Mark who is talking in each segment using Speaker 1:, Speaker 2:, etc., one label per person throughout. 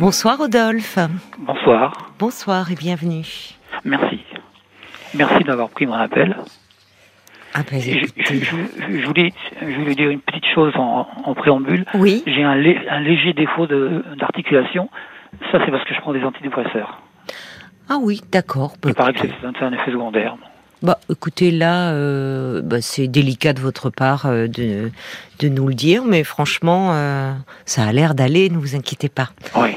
Speaker 1: Bonsoir Rodolphe.
Speaker 2: Bonsoir.
Speaker 1: Bonsoir et bienvenue.
Speaker 2: Merci. Merci d'avoir pris mon appel.
Speaker 1: Ah ben,
Speaker 2: Je, je-
Speaker 1: écoutez,
Speaker 2: je- je voulais, je voulais dire une petite chose en, en préambule.
Speaker 1: Oui.
Speaker 2: J'ai un, lé- un léger défaut de- d'articulation. Ça, c'est parce que je prends des antidépresseurs.
Speaker 1: Ah oui, d'accord. Bah,
Speaker 2: Il paraît que
Speaker 1: écoutez,
Speaker 2: c'est un- c'est un effet secondaire.
Speaker 1: bah, écoutez, là, euh, bah, c'est délicat de votre part euh, de, de nous le dire, mais franchement, euh, ça a l'air d'aller, ne vous inquiétez pas.
Speaker 2: Oui.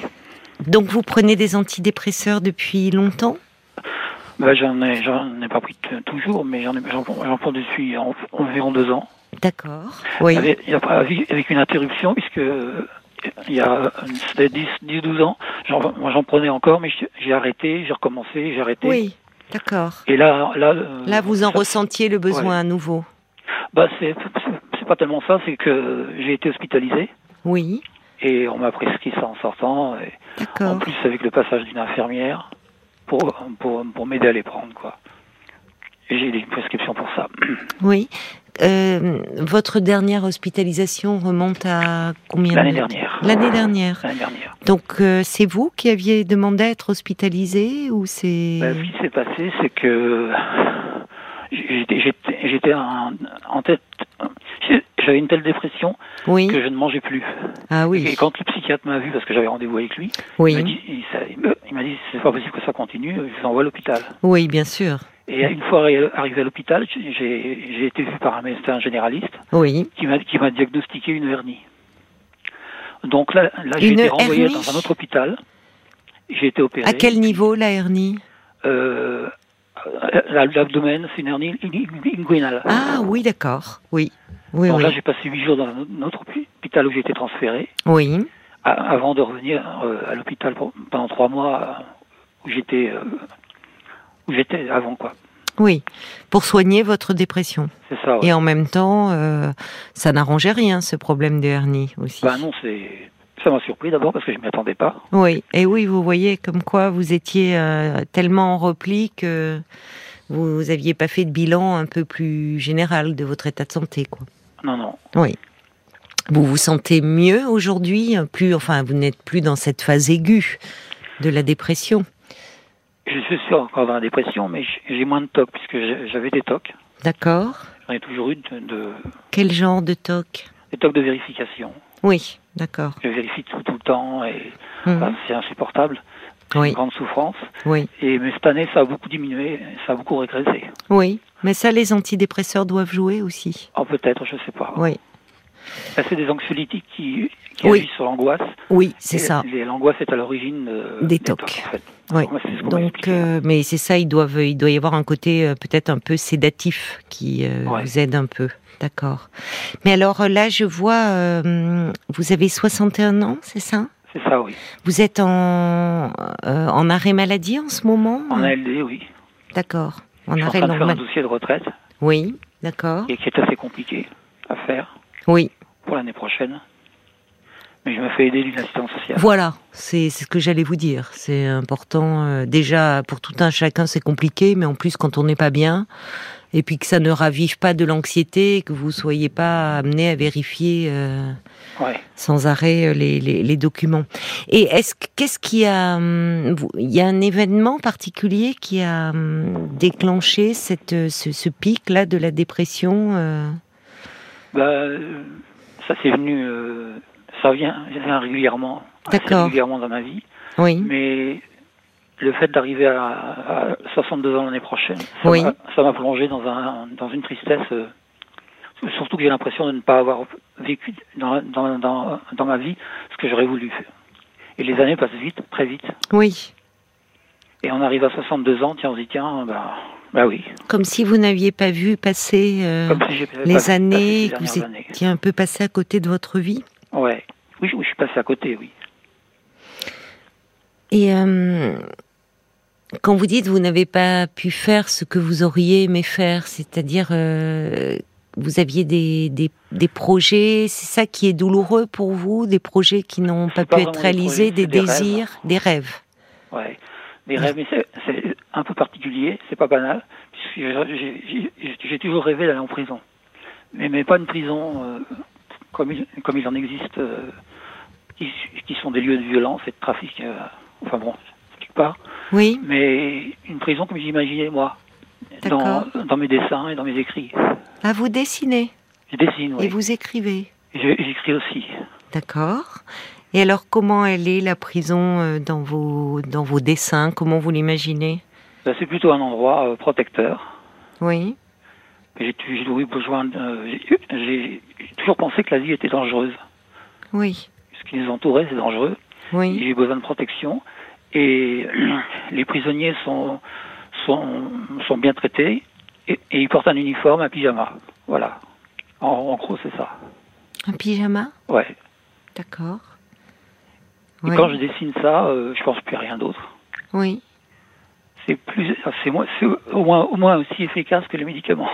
Speaker 1: Donc vous prenez des antidépresseurs depuis longtemps
Speaker 2: Bah, j'en ai, j'en ai pas pris t- toujours, mais j'en ai- j'en prends j'en prends depuis en- environ deux ans.
Speaker 1: D'accord. Oui.
Speaker 2: Avec, et après, avec- avec une interruption, puisque euh, il y a euh, 10-12 ans, j'en moi, j'en prenais encore, mais j'ai- j'ai arrêté, j'ai recommencé, j'ai arrêté.
Speaker 1: Oui, d'accord.
Speaker 2: Et là, là, euh,
Speaker 1: Là, vous en
Speaker 2: ça-
Speaker 1: ressentiez le besoin à nouveau.
Speaker 2: Bah, c'est c'est pas tellement ça, c'est que j'ai été hospitalisé
Speaker 1: Oui,
Speaker 2: et on m'a prescrit ça en sortant. et en
Speaker 1: d'accord.
Speaker 2: plus, avec le passage d'une infirmière pour, pour, pour m'aider à les prendre, quoi. Et J'ai des prescriptions pour ça.
Speaker 1: Oui. Euh, votre dernière hospitalisation remonte à combien de
Speaker 2: L'année
Speaker 1: temps
Speaker 2: dernière.
Speaker 1: L'année dernière.
Speaker 2: L'année dernière.
Speaker 1: Donc euh, c'est vous qui aviez demandé à être hospitalisé ou c'est
Speaker 2: Bah, ce qui s'est passé, c'est que j'étais- j'étais j'étais en, en tête. J'avais une telle dépression
Speaker 1: oui
Speaker 2: que je ne mangeais plus.
Speaker 1: ah
Speaker 2: Et
Speaker 1: oui
Speaker 2: quand le psychiatre m'a vu, parce que j'avais rendez-vous avec lui, Il m'a
Speaker 1: oui
Speaker 2: dit, il s'a- il me- il m'a dit, c'est pas possible que ça continue, je vous envoie à l'hôpital.
Speaker 1: oui bien sûr
Speaker 2: Et une fois arri- arrivé à l'hôpital, j'ai- j'ai j'ai été vu par un médecin généraliste
Speaker 1: oui
Speaker 2: qui m'a qui m'a diagnostiqué une hernie. Donc là, là j'ai
Speaker 1: Une
Speaker 2: été renvoyé
Speaker 1: hernie
Speaker 2: dans un autre hôpital. J'ai été opéré.
Speaker 1: à quel niveau la hernie
Speaker 2: Euh, euh, L'abdomen, c'est une hernie inguinale.
Speaker 1: ah oui d'accord oui oui
Speaker 2: Donc là,
Speaker 1: oui
Speaker 2: j'ai passé huit jours dans un autre hôpital où j'ai été transféré.
Speaker 1: oui
Speaker 2: a- avant de revenir euh, à l'hôpital pour- pendant trois mois euh, où j'étais euh, où j'étais avant quoi.
Speaker 1: oui pour soigner votre dépression
Speaker 2: C'est ça. ouais.
Speaker 1: et en même temps euh, ça n'arrangeait rien ce problème de hernie aussi
Speaker 2: Bah non, c'est ça m'a surpris d'abord parce que je m'y attendais pas.
Speaker 1: oui et oui vous voyez comme quoi vous étiez euh, tellement en repli que vous aviez pas fait de bilan un peu plus général de votre état de santé quoi
Speaker 2: Non non.
Speaker 1: Vous vous sentez mieux aujourd'hui, euh, plus, enfin, vous n'êtes plus dans cette phase aiguë de la dépression.
Speaker 2: Je suis sûr encore dans la dépression, mais j- j'ai moins de toc puisque j'ai- j'avais des tocs.
Speaker 1: D'accord
Speaker 2: J'en ai toujours eu de, de-
Speaker 1: Quel genre de toc
Speaker 2: des tocs de vérification.
Speaker 1: Oui, d'accord.
Speaker 2: Je vérifie tout, tout le temps et
Speaker 1: Mhm.
Speaker 2: enfin, c'est insupportable,
Speaker 1: Oui,
Speaker 2: grande souffrance.
Speaker 1: oui,
Speaker 2: Et mais cette année, ça a beaucoup diminué, ça a beaucoup régressé.
Speaker 1: oui. Mais ça, les antidépresseurs doivent jouer aussi.
Speaker 2: Oh, peut-être, je sais pas.
Speaker 1: Oui,
Speaker 2: Bah, C'est des anxiolytiques qui, qui
Speaker 1: Oui.
Speaker 2: agissent sur l'angoisse.
Speaker 1: oui, c'est
Speaker 2: Et-
Speaker 1: ça.
Speaker 2: et L'angoisse est à l'origine euh,
Speaker 1: Des tocs.
Speaker 2: en fait.
Speaker 1: Oui.
Speaker 2: Ouais, c'est ce qu'on m'a
Speaker 1: Donc,
Speaker 2: expliqué.
Speaker 1: euh, mais c'est ça, ils doivent, il doit y avoir un côté euh, peut-être un peu sédatif qui euh,
Speaker 2: Ouais.
Speaker 1: vous aide un peu. D'accord. Mais alors euh, là, je vois, euh, vous avez 61 ans, c'est ça
Speaker 2: C'est ça, oui.
Speaker 1: Vous êtes en, euh, en arrêt maladie en ce moment
Speaker 2: En ALD, oui.
Speaker 1: D'accord. En
Speaker 2: Je suis en
Speaker 1: arrêt
Speaker 2: train de faire un
Speaker 1: normal.
Speaker 2: dossier de retraite
Speaker 1: Oui, d'accord.
Speaker 2: et qui est assez compliqué à faire
Speaker 1: Oui,
Speaker 2: pour l'année prochaine. Mais je me fais aider d'une assistance sociale.
Speaker 1: voilà, c'est c'est ce que j'allais vous dire. C'est important. euh, déjà, pour tout un chacun, c'est compliqué, mais en plus, quand on n'est pas bien, et puis que ça ne ravive pas de l'anxiété, que vous soyez pas amené à vérifier euh,
Speaker 2: Ouais.
Speaker 1: sans arrêt euh, les, les- les documents. Et est-ce que- qu'est-ce qui a hum, vous- il y a un événement particulier qui a hum, déclenché cette euh, ce, pic là de la dépression euh,
Speaker 2: Bah, euh, ça, c'est venu. euh, ça vient, ça vient régulièrement. assez
Speaker 1: D'accord.
Speaker 2: régulièrement dans ma vie.
Speaker 1: Oui,
Speaker 2: Mais le fait d'arriver à, à 62 ans l'année prochaine, ça
Speaker 1: Oui.
Speaker 2: m'a- ça m'a plongé dans, un, dans une tristesse. euh, surtout que j'ai l'impression de ne pas avoir vécu dans, dans, dans, dans ma vie ce que j'aurais voulu. Et les années passent vite, très vite.
Speaker 1: oui.
Speaker 2: Et on arrive à 62 ans, tiens, on se dit, tiens, bah, bah oui.
Speaker 1: Comme si vous n'aviez pas vu passer euh,
Speaker 2: Comme si j'ai pas-
Speaker 1: les
Speaker 2: pas- passé
Speaker 1: années que
Speaker 2: ces dernières
Speaker 1: vous
Speaker 2: années.
Speaker 1: étiez un peu passé à côté de votre vie.
Speaker 2: Ouais. Oui, je, oui, je suis passé à côté, oui.
Speaker 1: Et euh, quand vous dites vous n'avez pas pu faire ce que vous auriez aimé faire, c'est-à-dire euh, vous aviez des, des, des projets, c'est ça qui est douloureux pour vous, des projets qui n'ont pas pu
Speaker 2: pas vraiment
Speaker 1: être
Speaker 2: des
Speaker 1: réalisés,
Speaker 2: projets,
Speaker 1: des,
Speaker 2: c'est des rêves.
Speaker 1: désirs, des rêves.
Speaker 2: Ouais. Des rêves, mais c'est- c'est un peu particulier, c'est pas banal, puisque j'ai- j'ai j'ai- j'ai toujours rêvé d'aller en prison. Mais, mais pas une prison euh, comme, il, comme il en existe euh, qui, qui sont des lieux de violence et de trafic, euh, enfin bon, quelque part.
Speaker 1: Oui,
Speaker 2: Mais une prison comme j'imaginais moi, dans,
Speaker 1: D'accord.
Speaker 2: dans mes dessins et dans mes écrits.
Speaker 1: à vous dessiner
Speaker 2: Je dessine, oui.
Speaker 1: et vous écrivez.
Speaker 2: Et je- J'écris aussi.
Speaker 1: D'accord. Et alors, comment elle est la prison euh, dans vos, dans vos dessins Comment vous l'imaginez
Speaker 2: Ben, C'est plutôt un endroit euh, protecteur.
Speaker 1: Oui.
Speaker 2: J'ai tu- j'ai toujours eu besoin de- euh, j'ai- j'ai j'ai toujours pensé que la vie était dangereuse.
Speaker 1: Oui.
Speaker 2: Ce qui nous entourait, c'est dangereux.
Speaker 1: Oui.
Speaker 2: J'ai besoin de protection. Et les prisonniers sont, sont, sont bien traités et, et ils portent un uniforme, un pyjama. Voilà. En, en gros, c'est ça.
Speaker 1: Un pyjama
Speaker 2: Ouais.
Speaker 1: D'accord.
Speaker 2: Et
Speaker 1: Oui.
Speaker 2: quand je dessine ça, euh, je pense plus à rien d'autre.
Speaker 1: oui.
Speaker 2: C'est plus, c'est moins, c'est au moins, au moins aussi efficace que les médicaments.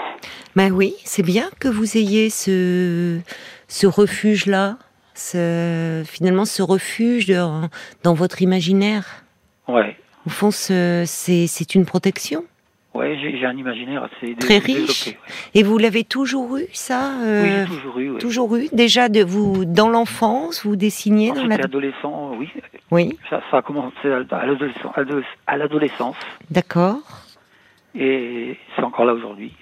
Speaker 1: Ben oui, c'est bien que vous ayez ce, ce refuge-là, ce, finalement ce refuge dans, dans votre imaginaire.
Speaker 2: Ouais.
Speaker 1: Au fond, ce- c'est c'est une protection.
Speaker 2: Ouais, j'ai j'ai un imaginaire assez dé-
Speaker 1: Très riche.
Speaker 2: développé.
Speaker 1: Et vous l'avez toujours eu, ça
Speaker 2: Oui,
Speaker 1: euh,
Speaker 2: j'ai toujours eu. ouais.
Speaker 1: Toujours eu Déjà, de vous, dans l'enfance, vous dessiniez
Speaker 2: Quand
Speaker 1: dans la...
Speaker 2: j'étais adolescent, oui,
Speaker 1: Oui,
Speaker 2: ça, ça a commencé à à l'adolescence- à l'adolescence- à l'adolescence
Speaker 1: d'accord.
Speaker 2: et c'est encore là aujourd'hui.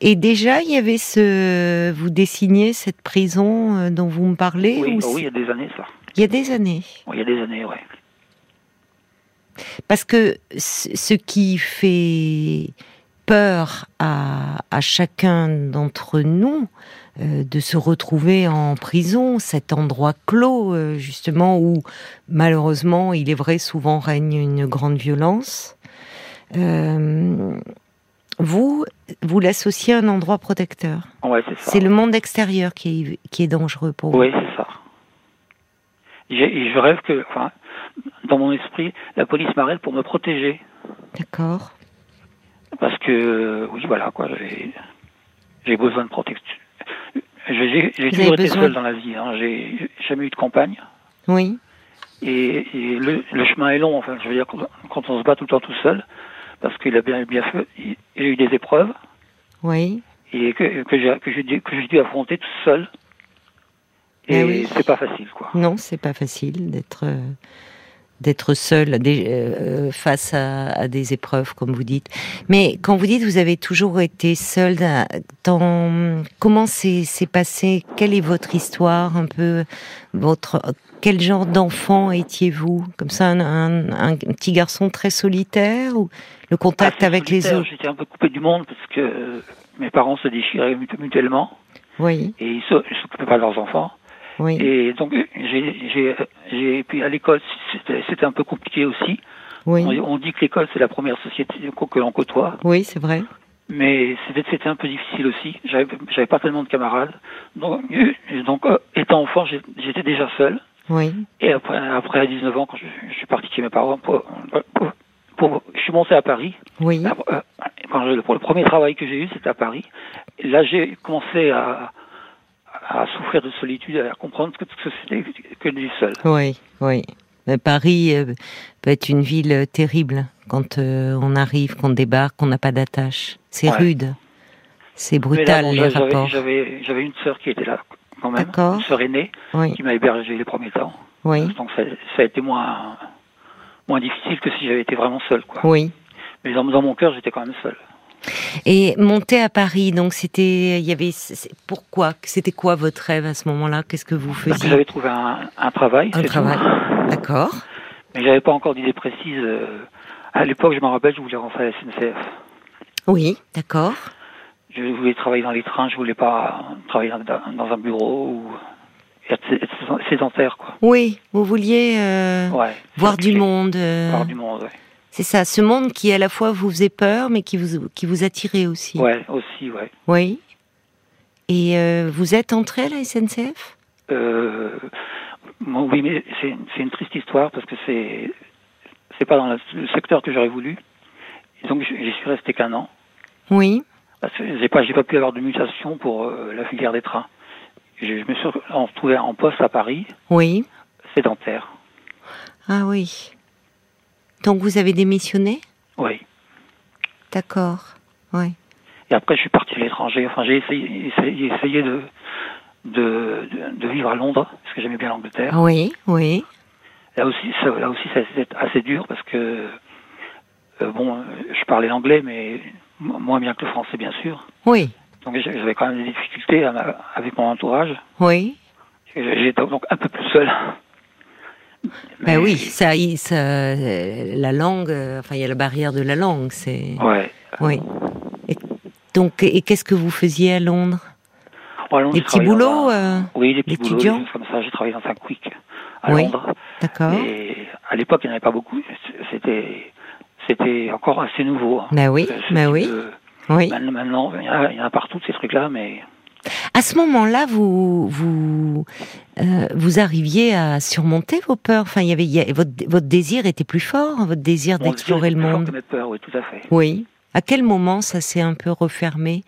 Speaker 1: Et déjà, il y avait ce... Vous dessiniez cette prison euh, dont vous me parlez
Speaker 2: Oui,
Speaker 1: ou
Speaker 2: oh oui, il
Speaker 1: c'est-
Speaker 2: y a des années, ça.
Speaker 1: il y a des années.
Speaker 2: Oui, il y a des années, ouais.
Speaker 1: Parce que ce ce qui fait peur à, à chacun d'entre nous euh, de se retrouver en prison, cet endroit clos euh, justement où malheureusement il est vrai souvent règne une grande violence, euh, vous, vous l'associez à un endroit protecteur.
Speaker 2: Ouais, c'est ça.
Speaker 1: C'est le monde extérieur qui est, qui est dangereux pour vous.
Speaker 2: Oui, c'est ça. J'ai- et je rêve que, enfin, dans mon esprit, la police m'arrête pour me protéger.
Speaker 1: D'accord
Speaker 2: Parce que, euh, oui, voilà, quoi, j'ai j'ai besoin de protection. J'ai- J'ai j'ai
Speaker 1: Vous
Speaker 2: toujours
Speaker 1: avez
Speaker 2: été
Speaker 1: besoin.
Speaker 2: seul dans la vie, hein. j'ai j'ai jamais eu de compagne.
Speaker 1: Oui,
Speaker 2: Et, et le, le chemin est long, enfin, je veux dire, quand- quand on se bat tout le temps tout seul, parce qu'il a bien, bien fait, il, il a eu des épreuves,
Speaker 1: oui,
Speaker 2: et que, que j'ai que j'ai dû, que j'ai dû affronter tout seul. Et
Speaker 1: Ben oui.
Speaker 2: c'est pas facile, quoi.
Speaker 1: Non, c'est pas facile d'être euh, d'être seul à des- euh, face à, à des épreuves, comme vous dites. Mais quand vous dites vous avez toujours été seul, dans- dans- comment c'est c'est passé Quelle est votre histoire un peu Votre quel genre d'enfant étiez-vous Comme ça, un, un- un petit garçon très solitaire ou le contact
Speaker 2: Assez
Speaker 1: avec les
Speaker 2: solitaire,
Speaker 1: autres
Speaker 2: J'étais un peu coupé du monde parce que euh, mes parents se déchiraient mut- mutuellement
Speaker 1: Oui,
Speaker 2: et ils se- ils s'occupaient pas de leurs enfants.
Speaker 1: oui,
Speaker 2: Et donc, euh, j'ai, j'ai, euh, j'ai, puis à l'école, c'était, c'était un peu compliqué aussi. On,
Speaker 1: oui,
Speaker 2: on dit que l'école, c'est la première société que, que l'on côtoie.
Speaker 1: oui, c'est vrai.
Speaker 2: Mais c'était, c'était un peu difficile aussi. J'avais, j'avais pas tellement de camarades. Donc, euh, donc, euh, étant enfant, j'ai- j'étais déjà seul.
Speaker 1: Oui,
Speaker 2: Et après, après à 19 ans, quand je, je suis parti chez mes parents, pour, pour- pour- je suis monté à Paris.
Speaker 1: oui,
Speaker 2: Après, euh, Quand je- pour le premier travail que j'ai eu, c'était à Paris. Et là, j'ai commencé à, à souffrir de solitude, à comprendre que, que c'était que du seul.
Speaker 1: Oui, oui. Mais Paris euh, peut être une ville euh, terrible quand euh, on arrive, qu'on débarque, qu'on n'a pas d'attache. C'est
Speaker 2: Ouais.
Speaker 1: rude. C'est
Speaker 2: Mais là,
Speaker 1: brutal,
Speaker 2: bon,
Speaker 1: les
Speaker 2: j'avais-
Speaker 1: rapports.
Speaker 2: J'avais j'avais une sœur qui était là quand même,
Speaker 1: D'accord.
Speaker 2: une sœur aînée,
Speaker 1: Oui,
Speaker 2: qui m'a hébergé les premiers temps.
Speaker 1: oui,
Speaker 2: Donc ça, ça a été moins, moins difficile que si j'avais été vraiment seul. Quoi.
Speaker 1: oui.
Speaker 2: Mais dans, dans mon cœur, j'étais quand même seul.
Speaker 1: Et monter à Paris, donc c'était, il y avait, c'est- c'est- pourquoi C'était quoi votre rêve à ce moment-là Qu'est-ce que vous
Speaker 2: Parce que
Speaker 1: faisiez
Speaker 2: Bah, j'avais trouvé un, un travail,
Speaker 1: Un
Speaker 2: c'est
Speaker 1: travail.
Speaker 2: tout.
Speaker 1: D'accord.
Speaker 2: Mais j'avais pas encore d'idée précise. euh, À l'époque, je me rappelle, je voulais rentrer à la SNCF.
Speaker 1: Oui, d'accord.
Speaker 2: Je voulais travailler dans les trains, je voulais pas travailler dans, dans- dans un bureau ou être, être sédentaire, quoi.
Speaker 1: Oui, vous vouliez euh,
Speaker 2: Ouais.
Speaker 1: voir
Speaker 2: C'est-
Speaker 1: du
Speaker 2: c'est-
Speaker 1: monde. euh,
Speaker 2: Voir du monde, ouais.
Speaker 1: C'est ça, ce monde qui à la fois vous faisait peur, mais qui vous qui vous attirait aussi.
Speaker 2: Ouais, aussi, ouais.
Speaker 1: Oui. Et euh, vous êtes entré à la SNCF
Speaker 2: Euh, moi, oui, mais c'est c'est une triste histoire parce que c'est c'est pas dans la- le secteur que j'aurais voulu. Et donc, j- j'y suis resté qu'un an.
Speaker 1: Oui.
Speaker 2: Parce que j'ai pas, j'ai pas pu avoir de mutation pour euh, la filière des trains. Je, je me suis retrouvé en poste à Paris,
Speaker 1: Oui.
Speaker 2: sédentaire.
Speaker 1: Ah oui. Donc vous avez démissionné
Speaker 2: Oui.
Speaker 1: D'accord. Oui.
Speaker 2: Et après, je suis parti à l'étranger. Enfin, j'ai essayé, essayé, essayé de, de, de, de vivre à Londres, parce que j'aimais bien l'Angleterre.
Speaker 1: Oui, oui. Ah.
Speaker 2: Là aussi, ça, là aussi, ça, c'est assez dur parce que euh, bon, je parlais l'anglais, mais mo- moins bien que le français, bien sûr.
Speaker 1: Oui,
Speaker 2: Donc j'a- j'avais quand même des difficultés à ma- avec mon entourage.
Speaker 1: oui.
Speaker 2: J'ai- J'étais donc un peu plus seul. Mais-
Speaker 1: Ben oui, ça, il- ça, euh, la langue, euh, enfin, il y a la barrière de la langue, c'est.
Speaker 2: Ouais.
Speaker 1: Oui. Et donc, et qu'est-ce que vous faisiez à Londres
Speaker 2: Bon, à Londres,
Speaker 1: Des
Speaker 2: j'ai
Speaker 1: petits
Speaker 2: travaillé dans
Speaker 1: boulots
Speaker 2: un-
Speaker 1: euh,
Speaker 2: Oui, des petits boulots, des
Speaker 1: d'étudiants
Speaker 2: choses comme ça. J'ai travaillé dans un quick à
Speaker 1: Oui.
Speaker 2: Londres.
Speaker 1: D'accord.
Speaker 2: Et à l'époque, il n'y en avait pas beaucoup. C'était, c'était encore assez nouveau. hein.
Speaker 1: Ben oui,
Speaker 2: Ce- ce
Speaker 1: ben
Speaker 2: type
Speaker 1: oui,
Speaker 2: de-
Speaker 1: oui.
Speaker 2: Maintenant, maintenant, il y, en a, il y en a partout de ces trucs-là, mais
Speaker 1: À ce moment-là, vous vous euh, vous arriviez à surmonter vos peurs. Enfin, il y avait il y a- votre votre désir était plus fort, hein, votre désir
Speaker 2: bon,
Speaker 1: d'explorer
Speaker 2: c'est
Speaker 1: le
Speaker 2: plus fort
Speaker 1: monde.
Speaker 2: que notre peur, oui, tout à fait.
Speaker 1: Oui. À quel moment ça s'est un peu refermé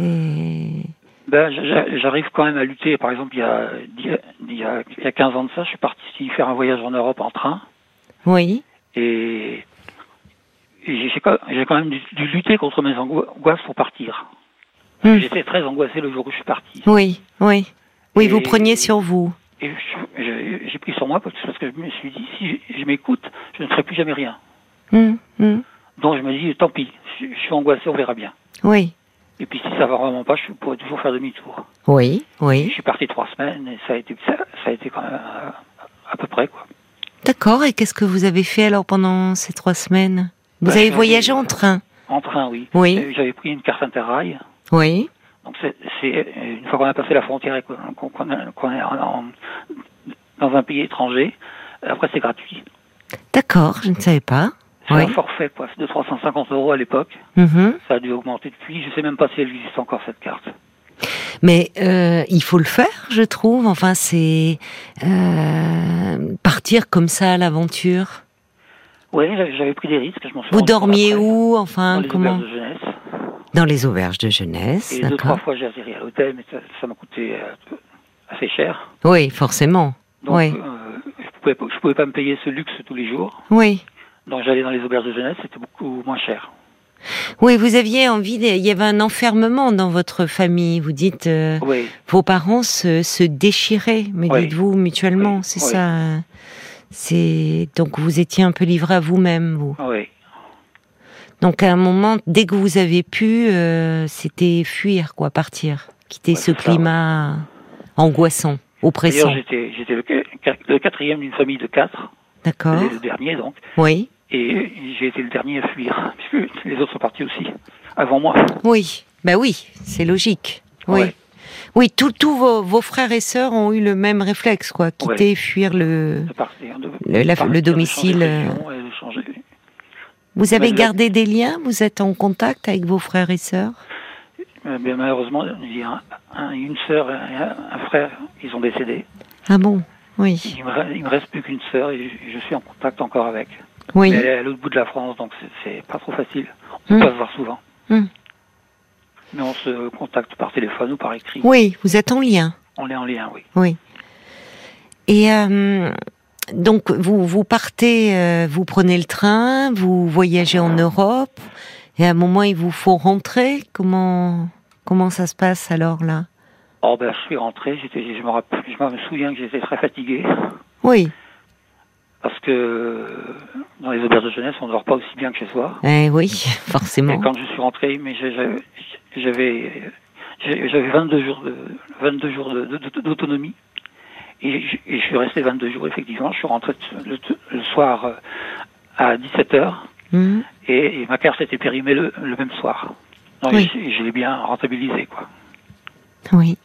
Speaker 1: Et-
Speaker 2: Ben, j'a- j'a- j'arrive quand même à lutter. Par exemple, il y, a, il, y a, il y a 15 ans de ça, je suis parti faire un voyage en Europe en train.
Speaker 1: Oui,
Speaker 2: Et, et j'ai- j'ai quand j'ai quand même dû, dû lutter contre mes angoisses pour partir.
Speaker 1: Hmm.
Speaker 2: J'étais très angoissé le jour où je suis parti.
Speaker 1: oui, oui, oui. Vous
Speaker 2: Et-
Speaker 1: preniez sur vous.
Speaker 2: Et je- je- j'ai pris sur moi parce que, parce que je me suis dit, si je, je m'écoute, je ne ferai plus jamais rien.
Speaker 1: Hmm, hmm.
Speaker 2: Donc je me dis, tant pis, je, je suis angoissé, on verra bien.
Speaker 1: Oui,
Speaker 2: Et puis si ça va vraiment pas, je pourrais toujours faire demi-tour.
Speaker 1: oui,
Speaker 2: Je
Speaker 1: oui.
Speaker 2: suis parti trois semaines et ça a été, ça, ça a été quand même euh, à, peu près quoi.
Speaker 1: D'accord. Et qu'est-ce que vous avez fait alors pendant ces trois semaines Vous
Speaker 2: Bah,
Speaker 1: avez
Speaker 2: je-
Speaker 1: voyagé en train.
Speaker 2: En train, oui.
Speaker 1: Oui.
Speaker 2: Et J'avais pris une carte interrail.
Speaker 1: Oui,
Speaker 2: Donc c'est c'est- une fois qu'on a passé la frontière et qu'on qu'on- qu'on est qu'on est en- en- dans un pays étranger, après c'est gratuit.
Speaker 1: d'accord. Je ne savais pas.
Speaker 2: C'est
Speaker 1: Oui.
Speaker 2: un forfait quoi, c'est de 350 euros à l'époque.
Speaker 1: Mhm.
Speaker 2: Ça a dû augmenter depuis. Je sais même pas si elle existe encore cette carte.
Speaker 1: Mais euh, il faut le faire, je trouve. Enfin, c'est euh, partir comme ça à l'aventure.
Speaker 2: Oui, j'avais j'avais pris des risques. Je m'en suis
Speaker 1: Vous
Speaker 2: rendu compte
Speaker 1: dormiez
Speaker 2: après,
Speaker 1: où
Speaker 2: dans
Speaker 1: Enfin,
Speaker 2: les
Speaker 1: comment
Speaker 2: auberges de jeunesse.
Speaker 1: Dans les auberges de jeunesse,
Speaker 2: Et deux trois
Speaker 1: d'accord.
Speaker 2: fois j'ai atterri à l'hôtel, mais ça ça m'a coûté euh, assez cher.
Speaker 1: Oui, forcément.
Speaker 2: Donc,
Speaker 1: Oui.
Speaker 2: euh, je pouvais pas- je pouvais pas me payer ce luxe tous les jours.
Speaker 1: Oui,
Speaker 2: Donc, j'allais dans les auberges de jeunesse, c'était beaucoup moins cher.
Speaker 1: oui. Vous aviez envie. de- Il y avait un enfermement dans votre famille. Vous dites, euh,
Speaker 2: Oui,
Speaker 1: vos parents se, se déchiraient, mais
Speaker 2: Oui.
Speaker 1: dites-vous mutuellement,
Speaker 2: Oui,
Speaker 1: c'est
Speaker 2: oui.
Speaker 1: ça. euh, C'est donc vous étiez un peu livré à vous-même, vous.
Speaker 2: oui.
Speaker 1: Donc à un moment, dès que vous avez pu, euh, c'était fuir, quoi, partir, quitter
Speaker 2: Ouais,
Speaker 1: ce
Speaker 2: c'est ça,
Speaker 1: climat angoissant, oppressant.
Speaker 2: D'ailleurs, j'étais, j'étais le, qu- le quatrième d'une famille de quatre,
Speaker 1: D'accord.
Speaker 2: le dernier donc,
Speaker 1: Oui,
Speaker 2: et j'ai été le dernier à fuir, puisque les autres sont partis aussi, avant moi.
Speaker 1: oui. Bah oui, c'est logique. Oui.
Speaker 2: Ouais.
Speaker 1: Oui, tous tous vos, vos frères et sœurs ont eu le même réflexe, quoi, quitter, fuir le.
Speaker 2: De partir, de,
Speaker 1: Le- la- le domicile,
Speaker 2: De changer
Speaker 1: euh,
Speaker 2: de région et de changer.
Speaker 1: Vous avez
Speaker 2: Même la-
Speaker 1: gardé des liens Vous êtes en contact avec vos frères et sœurs
Speaker 2: Euh, mais malheureusement, il y a un- un- une sœur et un, un frère, ils ont décédé.
Speaker 1: Ah bon Oui,
Speaker 2: Il me, re- il me reste plus qu'une sœur et je- je suis en contact encore avec.
Speaker 1: oui.
Speaker 2: Mais elle est à l'autre bout de la France, donc c'est- c'est pas trop facile. On
Speaker 1: Hmm.
Speaker 2: peut pas se voir souvent.
Speaker 1: Hmm.
Speaker 2: Mais on se contacte par téléphone ou par écrit.
Speaker 1: Oui, vous êtes en lien.
Speaker 2: On est en lien, oui.
Speaker 1: Oui. Et euh, donc vous vous partez, euh, vous prenez le train, vous voyagez en Europe, et à un moment il vous faut rentrer. Comment comment ça se passe alors là
Speaker 2: Oh ben, je suis rentré, j'étais, je me rappelle, je me souviens que j'étais très fatigué
Speaker 1: Oui.
Speaker 2: parce que euh, dans les auberges de jeunesse, on ne dort pas aussi bien que chez soi.
Speaker 1: Eh oui,
Speaker 2: Et
Speaker 1: forcément.
Speaker 2: quand je suis rentré, mais j'ai- j'avais, j'avais, j'avais 22 jours de, 22 jours de- de- de- d'autonomie. Et je, et je suis resté 22 jours, effectivement. Je suis rentré le, le soir euh, à 17h.
Speaker 1: Hmm.
Speaker 2: et, et ma carte était périmée le, le même soir. Donc
Speaker 1: Oui.
Speaker 2: je, je l'ai bien rentabilisé quoi.
Speaker 1: Oui.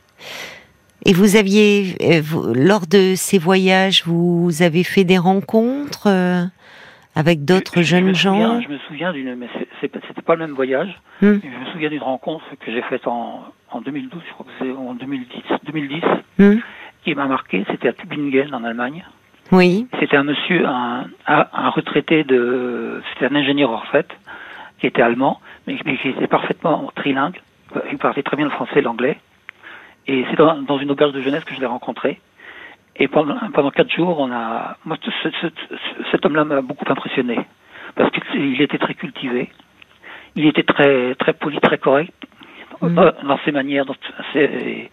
Speaker 1: Et vous aviez euh, vous- lors de ces voyages, vous avez fait des rencontres euh, avec d'autres
Speaker 2: Je- je me
Speaker 1: jeunes gens.
Speaker 2: souviens- Je me souviens d'une, mais c'est- c'est pas- c'était pas le même voyage.
Speaker 1: Hmm.
Speaker 2: Je me souviens d'une rencontre que j'ai faite en, en 2012, je crois que c'est en 2010, 2010,
Speaker 1: Hmm.
Speaker 2: qui m'a marqué. C'était à Tübingen en Allemagne.
Speaker 1: Oui.
Speaker 2: C'était un monsieur, un, un- un retraité de, c'était un ingénieur en fait, qui était allemand, mais, mais qui était parfaitement trilingue. Il parlait très bien le français et l'anglais. Et c'est dans, dans une auberge de jeunesse que je l'ai rencontré. Et pendant, pendant quatre jours, on a, moi, ce- ce- ce- cet homme-là m'a beaucoup impressionné parce qu'il était très cultivé, il était très très poli, très correct dans, dans ses manières, dans ses-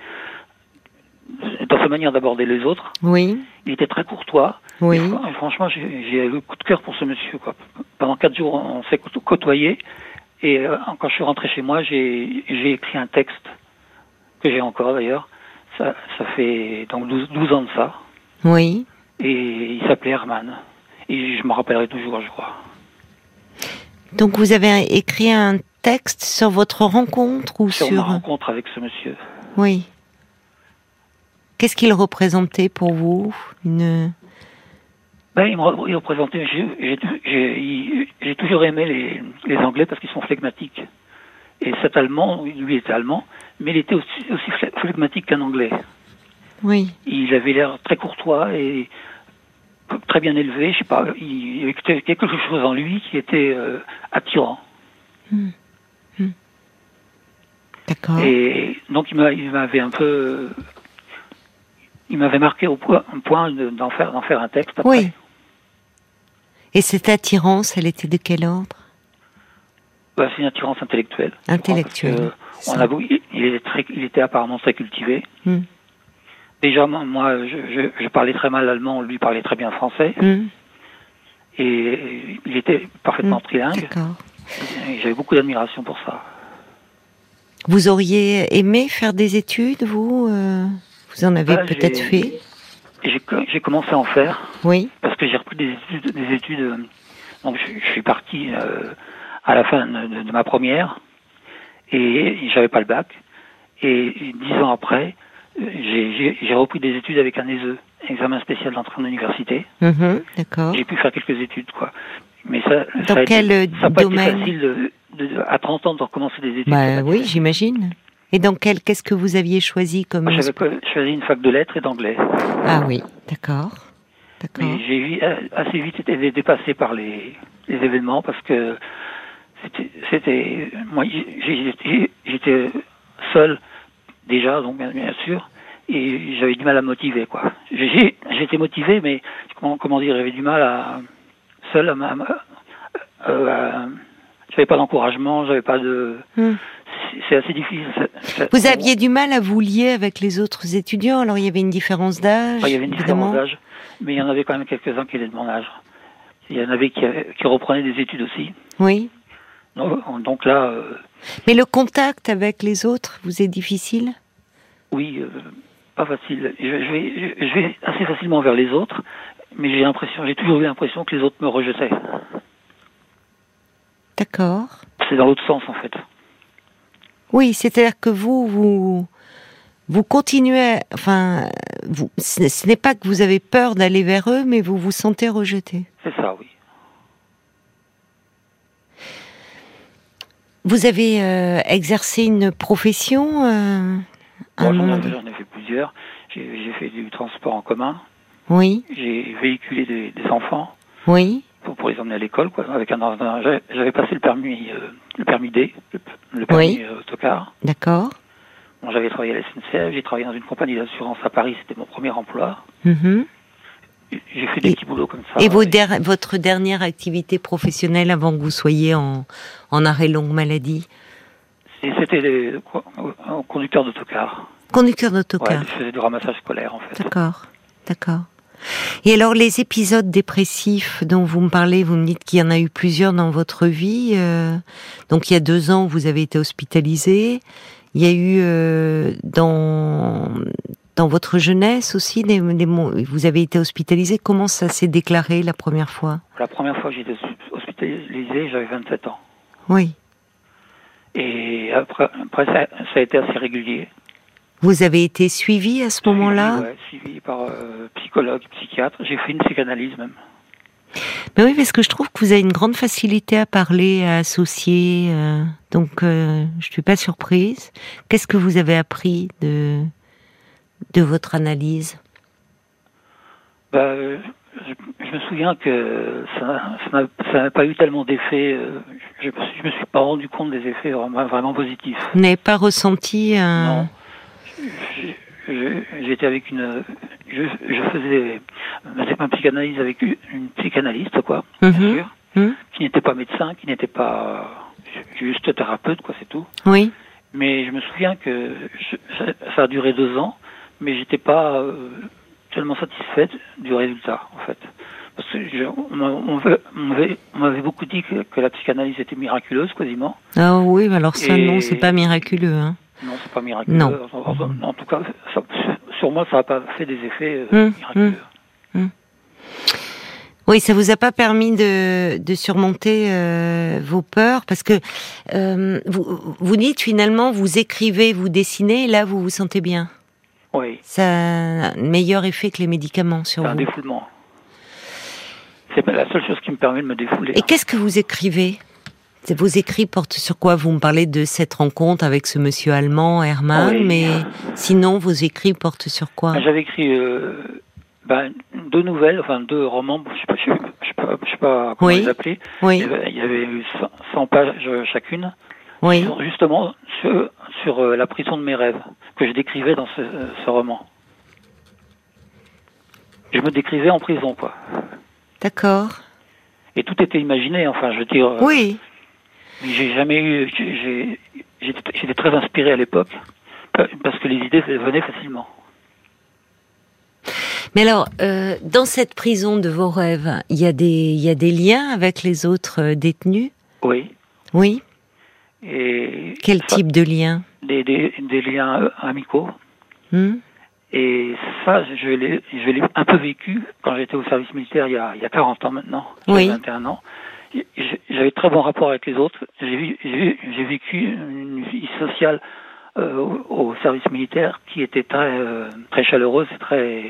Speaker 2: dans sa manière d'aborder les autres.
Speaker 1: Oui,
Speaker 2: Il était très courtois.
Speaker 1: oui.
Speaker 2: Et fran- et hein, franchement, j'ai j'ai eu le coup de cœur pour ce monsieur. Quoi. Pendant quatre jours, on s'est côto- côtoyés. Et euh, quand je suis rentré chez moi, j'ai j'ai écrit un texte que j'ai encore d'ailleurs. Ça, ça fait donc 12, 12 ans de ça.
Speaker 1: Oui.
Speaker 2: Et il s'appelait Herman. Et je me rappellerai toujours, je crois.
Speaker 1: Donc vous avez écrit un texte sur votre rencontre ou
Speaker 2: Sur,
Speaker 1: sur...
Speaker 2: ma rencontre avec ce monsieur.
Speaker 1: Oui. Qu'est-ce qu'il représentait pour vous Une...
Speaker 2: Ben, il me re- il représentait. J'ai j'ai- j'ai- il- j'ai toujours aimé les, les Anglais parce qu'ils sont flegmatiques. Et cet Allemand, lui était Allemand, mais il était aussi, aussi fle- flegmatique qu'un Anglais.
Speaker 1: Oui.
Speaker 2: Il avait l'air très courtois et très bien élevé. Je sais pas, il il y avait quelque chose en lui qui était euh, attirant.
Speaker 1: D'accord.
Speaker 2: Et donc il m'a- il m'avait un peu, il m'avait marqué au point, au point de- d'en faire, d'en faire un texte. après.
Speaker 1: Oui. Et cette attirance, elle était de quel ordre
Speaker 2: Bah, c'est une attirance intellectuelle. je crois,
Speaker 1: Intellectuelle,
Speaker 2: parce que
Speaker 1: ça.
Speaker 2: on a beau- il, il était très- il était apparemment très cultivé.
Speaker 1: Hmm.
Speaker 2: Déjà, moi- moi, je, je- je parlais très mal allemand, lui parlait très bien français,
Speaker 1: Hmm,
Speaker 2: et il était parfaitement
Speaker 1: Hmm.
Speaker 2: trilingue.
Speaker 1: D'accord.
Speaker 2: et J'avais beaucoup d'admiration pour ça.
Speaker 1: Vous auriez aimé faire des études, vous euh, Vous en avez
Speaker 2: Ah, j'ai-
Speaker 1: peut-être fait
Speaker 2: Et J'ai co- j'ai commencé à en faire
Speaker 1: Oui.
Speaker 2: parce que j'ai repris des études. Des études euh, donc, je, je suis parti euh, à la fin de, de- de ma première et j'avais pas le bac. Et dix ans après, euh, j'ai j'ai- j'ai repris des études avec un ESE, examen spécial d'entrée en université.
Speaker 1: Mhm, D'accord.
Speaker 2: J'ai pu faire quelques études, quoi. Mais ça, ça a
Speaker 1: Dans
Speaker 2: été-
Speaker 1: quel euh,
Speaker 2: ça n'a pas été
Speaker 1: domaine
Speaker 2: facile de, de- à 30 ans de recommencer des études.
Speaker 1: Bah oui, j'imagine. Et dans quel Qu'est-ce que vous aviez choisi comme
Speaker 2: Moi, j'avais co- choisi une fac de lettres et d'anglais.
Speaker 1: Ah oui, d'accord. D'accord.
Speaker 2: Mais j'ai vi- euh, assez vite été dé- dépassé par les, les événements parce que c'était- c'était. Moi, j'ai- j'ai- j'ai- j'étais seul déjà, donc bien- bien sûr, et j'avais du mal à me motiver, quoi. J'ai- j'ai- J'étais motivé, mais comment, comment dire, j'avais du mal à. Seul à. ma- ma- euh, à- j'avais pas d'encouragement, j'avais pas de.
Speaker 1: Hmm.
Speaker 2: c'est- C'est assez difficile. ça- ça-
Speaker 1: Vous aviez du mal à vous lier avec les autres étudiants, alors il y avait une différence d'âge.
Speaker 2: Enfin, il y avait une différence
Speaker 1: évidemment.
Speaker 2: d'âge, mais il y en avait quand même quelques-uns qui étaient de mon âge. Il y en avait qui, avaient- qui reprenaient des études aussi.
Speaker 1: Oui.
Speaker 2: Donc, donc là, euh,
Speaker 1: Mais le contact avec les autres vous est difficile
Speaker 2: oui, euh, pas facile. Je, je vais, je, je vais assez facilement vers les autres, mais j'ai l'impression, j'ai toujours eu l'impression que les autres me rejetaient.
Speaker 1: D'accord.
Speaker 2: C'est dans l'autre sens en fait.
Speaker 1: Oui, c'est-à-dire que vous, vous, vous continuez, enfin, vous, ce ce n'est pas que vous avez peur d'aller vers eux, mais vous vous sentez rejeté.
Speaker 2: C'est ça, oui.
Speaker 1: Vous avez euh, exercé une profession euh, à un
Speaker 2: Moi,
Speaker 1: moment
Speaker 2: j'en ai,
Speaker 1: donné
Speaker 2: j'en ai fait plusieurs. J'ai j'ai fait du transport en commun.
Speaker 1: Oui,
Speaker 2: J'ai véhiculé des, des enfants
Speaker 1: oui,
Speaker 2: pour, pour les emmener à l'école, quoi. Avec un, un- j'avais- j'avais passé le permis, euh, le permis D, le, le permis
Speaker 1: Oui.
Speaker 2: euh, autocar.
Speaker 1: d'accord.
Speaker 2: Bon, j'avais travaillé à la SNCF, j'ai travaillé dans une compagnie d'assurance à Paris, c'était mon premier emploi.
Speaker 1: Mhm.
Speaker 2: J'ai fait des
Speaker 1: Et-
Speaker 2: petits boulots comme ça.
Speaker 1: Et vos
Speaker 2: Ouais.
Speaker 1: der- votre dernière activité professionnelle avant que vous soyez en, en arrêt longue maladie
Speaker 2: Et C'était des co- euh, conducteurs d'autocar.
Speaker 1: Conducteur
Speaker 2: Ouais,
Speaker 1: d'autocar.
Speaker 2: je faisais du ramassage scolaire en fait.
Speaker 1: D'accord, d'accord. Et alors les épisodes dépressifs dont vous me parlez, vous me dites qu'il y en a eu plusieurs dans votre vie. euh, donc il y a deux ans, vous avez été hospitalisé. Il y a eu euh, dans dans votre jeunesse aussi, des, des mo- vous avez été hospitalisé. Comment ça s'est déclaré la première fois
Speaker 2: La première fois que j'ai été hospitalisé, j'avais 27 ans.
Speaker 1: Oui.
Speaker 2: Et après, après ça, ça a été assez régulier.
Speaker 1: Vous avez été suivi à ce moment-là
Speaker 2: Suivi, ouais, suivi par euh, psychologue, psychiatre. J'ai fait une psychanalyse même.
Speaker 1: Mais oui, parce que je trouve que vous avez une grande facilité à parler, à associer. euh, donc, euh, je suis pas surprise. Qu'est-ce que vous avez appris de de votre analyse
Speaker 2: Bah, euh, je, je me souviens que ça ça n'a ça n'a pas eu tellement d'effets. euh, Je, je me suis- je me suis pas rendu compte des effets vraiment- vraiment positifs.
Speaker 1: Vous n'avez pas ressenti euh, un
Speaker 2: Non. Je- je- J'étais avec une. Je, je faisais ma- ma psychanalyse avec une, une psychanalyste, quoi, bien
Speaker 1: Mhm.
Speaker 2: sûr,
Speaker 1: Mhm.
Speaker 2: qui n'était pas médecin, qui n'était pas juste thérapeute, quoi, c'est tout.
Speaker 1: Oui,
Speaker 2: Mais je me souviens que je- ça- ça a duré deux ans, mais j'étais pas euh, tellement satisfaite du résultat, en fait. Parce que je- on, on veut- on m'avait on m'avait beaucoup dit que, que la psychanalyse était miraculeuse, quasiment.
Speaker 1: Ah oui, mais alors ça,
Speaker 2: Et-
Speaker 1: non, c'est pas miraculeux. Hein.
Speaker 2: Non, c'est pas miraculeux.
Speaker 1: Non.
Speaker 2: En, en- en tout cas, ça- sur moi, ça n'a pas fait des effets euh,
Speaker 1: Hum,
Speaker 2: miraculeux.
Speaker 1: Oui, ça vous a pas permis de, de surmonter euh, vos peurs parce que euh, vous, vous dites finalement, vous écrivez, vous dessinez, et là vous vous sentez bien.
Speaker 2: Oui,
Speaker 1: Ça a un meilleur effet que les médicaments sur
Speaker 2: c'est un
Speaker 1: vous.
Speaker 2: défoulement. C'est pas la seule chose qui me permet de me défouler.
Speaker 1: Et qu'est-ce que vous écrivez C'est- Vos écrits portent sur quoi Vous me parlez de cette rencontre avec ce monsieur allemand, Hermann,
Speaker 2: Oui.
Speaker 1: mais sinon vos écrits portent sur quoi
Speaker 2: Ah, J'avais écrit euh, ben, deux nouvelles, enfin deux romans, je ne sais, pas- je sais pas- je sais pas comment
Speaker 1: Oui.
Speaker 2: les appeler. Il
Speaker 1: Oui,
Speaker 2: y avait- il y avait eu 100 100 pages euh, chacune,
Speaker 1: oui,
Speaker 2: sur- justement sur, sur, euh, la prison de mes rêves, que je décrivais dans ce, ce roman. Je me décrivais en prison, quoi.
Speaker 1: d'accord.
Speaker 2: Et tout était imaginé, enfin, je veux dire. euh,
Speaker 1: Oui,
Speaker 2: mais J'ai jamais eu. j'ai- j'ai- J'étais j'étais très inspiré à l'époque, pa- parce que les idées venaient facilement.
Speaker 1: mais alors, euh, dans cette prison de vos rêves, il y, a des- il y a des liens avec les autres euh, détenus
Speaker 2: Oui.
Speaker 1: Oui
Speaker 2: Et
Speaker 1: Quel
Speaker 2: ça-
Speaker 1: type de lien
Speaker 2: des, des- des liens euh, amicaux.
Speaker 1: Hmm
Speaker 2: Et ça, je l'ai je l'ai un peu vécu quand j'étais au service militaire il y a, il y a 40 ans maintenant,
Speaker 1: Oui.
Speaker 2: J'avais 21 ans. Et j'ai- J'avais très bon rapport avec les autres. J'ai vu- j'ai- j'ai vécu une vie sociale euh, au au service militaire qui était très, euh, très chaleureuse et très...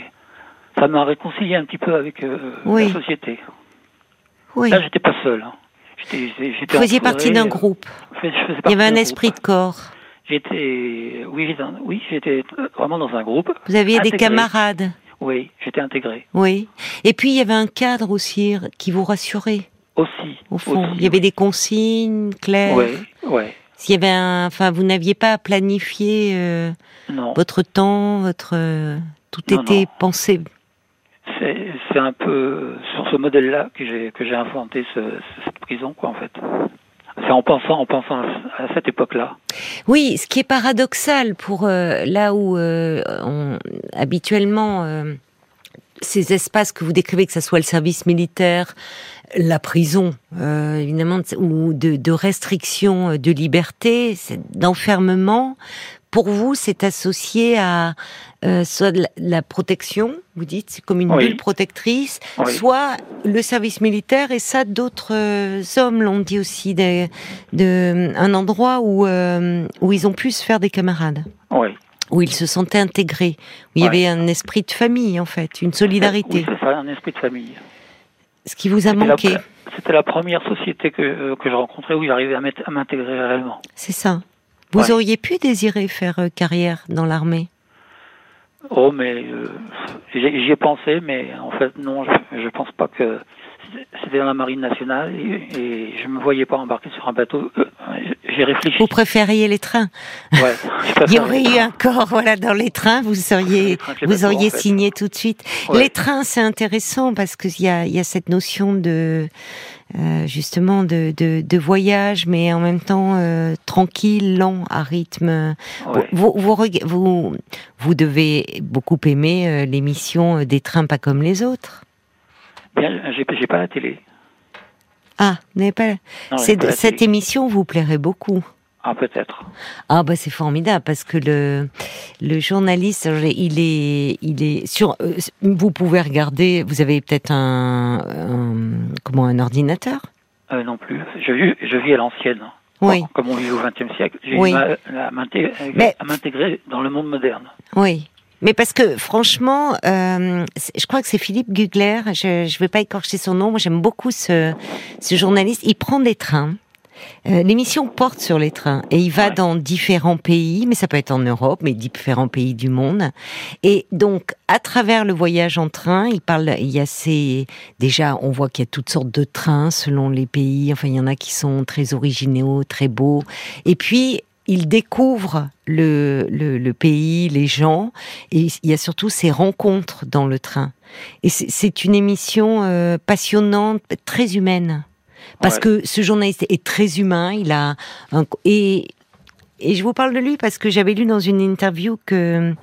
Speaker 2: Ça m'a réconcilié un petit peu avec euh,
Speaker 1: Oui.
Speaker 2: la société.
Speaker 1: Oui.
Speaker 2: Là, j'étais pas seul. hein. J'étais- j'étais- j'étais
Speaker 1: Vous faisiez
Speaker 2: entouré,
Speaker 1: partie d'un
Speaker 2: euh,
Speaker 1: groupe.
Speaker 2: je faisais
Speaker 1: Il y
Speaker 2: partie
Speaker 1: avait un
Speaker 2: d'un
Speaker 1: esprit
Speaker 2: groupe.
Speaker 1: de corps.
Speaker 2: J'étais, oui, j'étais, oui, j'étais vraiment dans un groupe.
Speaker 1: Vous aviez des
Speaker 2: Intégré.
Speaker 1: camarades.
Speaker 2: Oui, j'étais intégré.
Speaker 1: Oui. Et puis il y avait un cadre aussi qui vous rassurait.
Speaker 2: Aussi.
Speaker 1: Au fond,
Speaker 2: aussi,
Speaker 1: il y avait des consignes claires.
Speaker 2: Oui, oui.
Speaker 1: S'il y avait un, enfin, vous n'aviez pas à planifier euh,
Speaker 2: Non,
Speaker 1: votre temps, votre euh, tout
Speaker 2: Non,
Speaker 1: était
Speaker 2: non.
Speaker 1: pensé.
Speaker 2: c'est, c'est un peu sur ce modèle-là que j'ai, que j'ai inventé ce- ce- cette prison, quoi, en fait. C'est en pensant, en pensant à à cette époque-là.
Speaker 1: Oui, ce qui est paradoxal pour euh, là où euh, on, habituellement euh, ces espaces que vous décrivez, que ce soit le service militaire, la prison, euh, évidemment, ou de, de restriction euh, de liberté, c'est- d'enfermement, pour vous, c'est associé à euh, soit de la, la protection, vous dites, c'est comme une
Speaker 2: Oui.
Speaker 1: bulle protectrice,
Speaker 2: Oui.
Speaker 1: soit le service militaire, et ça, d'autres euh, hommes l'ont dit aussi, des, de, un endroit où, euh, où ils ont pu se faire des camarades,
Speaker 2: Oui.
Speaker 1: où ils se sentaient intégrés, où il y
Speaker 2: Ouais.
Speaker 1: avait un esprit de famille, en fait, une solidarité
Speaker 2: Oui, c'est ça, un esprit de famille.
Speaker 1: ce qui vous a
Speaker 2: C'était la-
Speaker 1: manqué,
Speaker 2: C'était la première société que, que je rencontrais où j'arrivais à m'être- à m'intégrer réellement.
Speaker 1: c'est ça. Vous
Speaker 2: Ouais.
Speaker 1: auriez pu désirer faire euh, carrière dans l'armée.
Speaker 2: Oh, mais euh, j'ai- j'y ai pensé, mais en fait, non, je, je pense pas que c'était dans la marine nationale et, et je me voyais pas embarquer sur un bateau. Euh, J'ai réfléchi.
Speaker 1: Vous préfériez les trains.
Speaker 2: Ouais, je préfère
Speaker 1: Il y aurait
Speaker 2: les
Speaker 1: eu un corps, voilà, dans les trains, vous seriez,
Speaker 2: Les trains que les
Speaker 1: vous
Speaker 2: bateaux,
Speaker 1: auriez
Speaker 2: en fait.
Speaker 1: signé tout de suite.
Speaker 2: Ouais.
Speaker 1: Les trains, c'est intéressant parce qu'il y a, il y a cette notion de, euh, justement, de, de, de voyage, mais en même temps euh, tranquille, lent, à rythme.
Speaker 2: Ouais.
Speaker 1: Vous, vous, reg- vous, vous devez beaucoup aimer euh, l'émission euh, des trains pas comme les autres.
Speaker 2: Bien, j'ai j'ai pas la télé.
Speaker 1: Ah, vous n'avez pas.
Speaker 2: Non, j'ai
Speaker 1: C'est-
Speaker 2: pas la
Speaker 1: cette
Speaker 2: télé.
Speaker 1: émission vous plairait beaucoup.
Speaker 2: Ah, peut-être.
Speaker 1: Ah bah c'est formidable parce que le le journaliste il est il est sur euh, vous pouvez regarder vous avez peut-être un, un- comment un ordinateur
Speaker 2: Euh, non plus. Je, vis- je vis à l'ancienne.
Speaker 1: oui
Speaker 2: Comme on vit au XXe siècle, j'ai
Speaker 1: Oui.
Speaker 2: eu mal à m'inté-
Speaker 1: Mais-
Speaker 2: euh, à m'intégrer dans le monde moderne.
Speaker 1: oui mais parce que franchement euh, c'est- je crois que c'est Philippe Gugler je je vais pas écorcher son nom moi j'aime beaucoup ce ce journaliste il prend des trains Euh, L'émission porte sur les trains et il va
Speaker 2: Ouais.
Speaker 1: dans différents pays, mais ça peut être en Europe, mais différents pays du monde. Et donc, à travers le voyage en train, il parle, il y a ces, déjà, on voit qu'il y a toutes sortes de trains selon les pays. Enfin, il y en a qui sont très originaux, très beaux. Et puis, il découvre le, le, le pays, les gens, et il y a surtout ces rencontres dans le train. Et c'est- c'est une émission euh, passionnante, très humaine parce
Speaker 2: Ouais.
Speaker 1: que ce journaliste est très humain, il a un, et Et je vous parle de lui parce que j'avais lu dans une interview que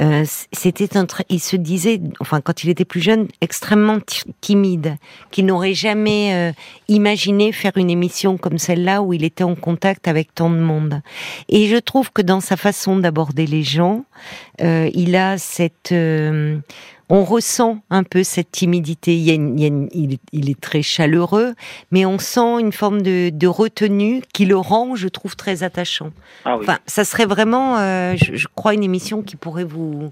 Speaker 1: euh, c'était un il se disait, enfin quand il était plus jeune, extrêmement timide, qu'il n'aurait jamais euh, imaginé faire une émission comme celle-là où il était en contact avec tant de monde. Et je trouve que dans sa façon d'aborder les gens, euh, il a cette euh, on ressent un peu cette timidité. Il, y a une, il, y a une, il, est, il, est très chaleureux, mais on sent une forme de, de retenue qui le rend, je trouve, très attachant. Ah oui. Enfin, ça serait vraiment, euh, je, je, crois, une émission qui pourrait vous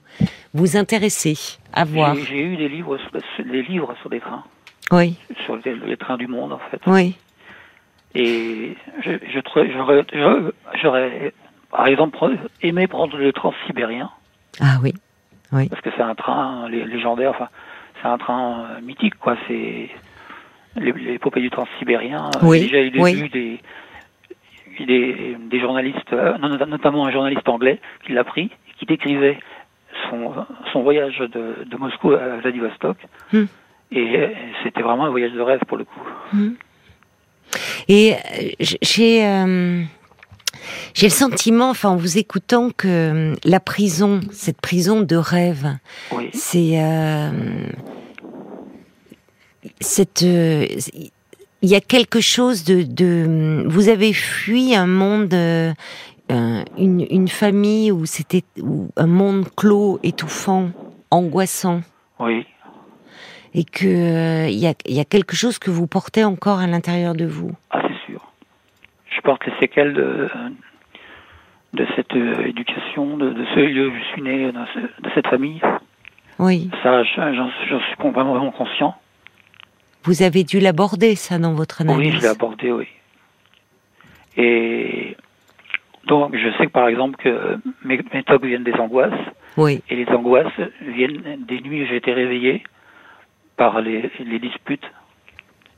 Speaker 1: vous intéresser à voir.
Speaker 2: J'ai eu des livres, sur, des livres sur des trains.
Speaker 1: Oui.
Speaker 2: Sur les, les, trains du monde, en fait.
Speaker 1: Oui.
Speaker 2: Et je, j'aurais, par exemple, aimé prendre le transsibérien.
Speaker 1: Ah oui. Oui.
Speaker 2: Parce que c'est un train légendaire, enfin, c'est un train euh, mythique, quoi. C'est l'épopée du transsibérien.
Speaker 1: Oui.
Speaker 2: Déjà, il
Speaker 1: oui.
Speaker 2: vu des, des, des, journalistes, euh, notamment un journaliste anglais qui l'a pris, qui décrivait son, son voyage de, de, Moscou à Vladivostok.
Speaker 1: Hmm.
Speaker 2: Mm. Et c'était vraiment un voyage de rêve pour le coup.
Speaker 1: Mm. Et euh, j'ai. Euh... J'ai le sentiment, enfin, en vous écoutant, que euh, la prison, cette prison de rêve,
Speaker 2: oui.
Speaker 1: c'est euh, cette. Euh, il y a quelque chose de, de, Vous avez fui un monde, euh, une, une, famille où c'était un monde clos, étouffant, angoissant.
Speaker 2: Oui.
Speaker 1: Et que euh, il y a, y, a, quelque chose que vous portez encore à l'intérieur de vous.
Speaker 2: Ah, c'est sûr je porte les séquelles de, de cette euh, éducation, de, de, ce lieu où je suis né, de, ce, de cette famille.
Speaker 1: Oui.
Speaker 2: Ça, j'en suis vraiment, vraiment conscient.
Speaker 1: Vous avez dû l'aborder, ça, dans votre analyse
Speaker 2: Oui, je l'ai abordé, oui. Et donc, je sais que, par exemple, que mes, mes tocs viennent des angoisses.
Speaker 1: Oui.
Speaker 2: Et les angoisses viennent des nuits où j'ai été réveillé par les, les disputes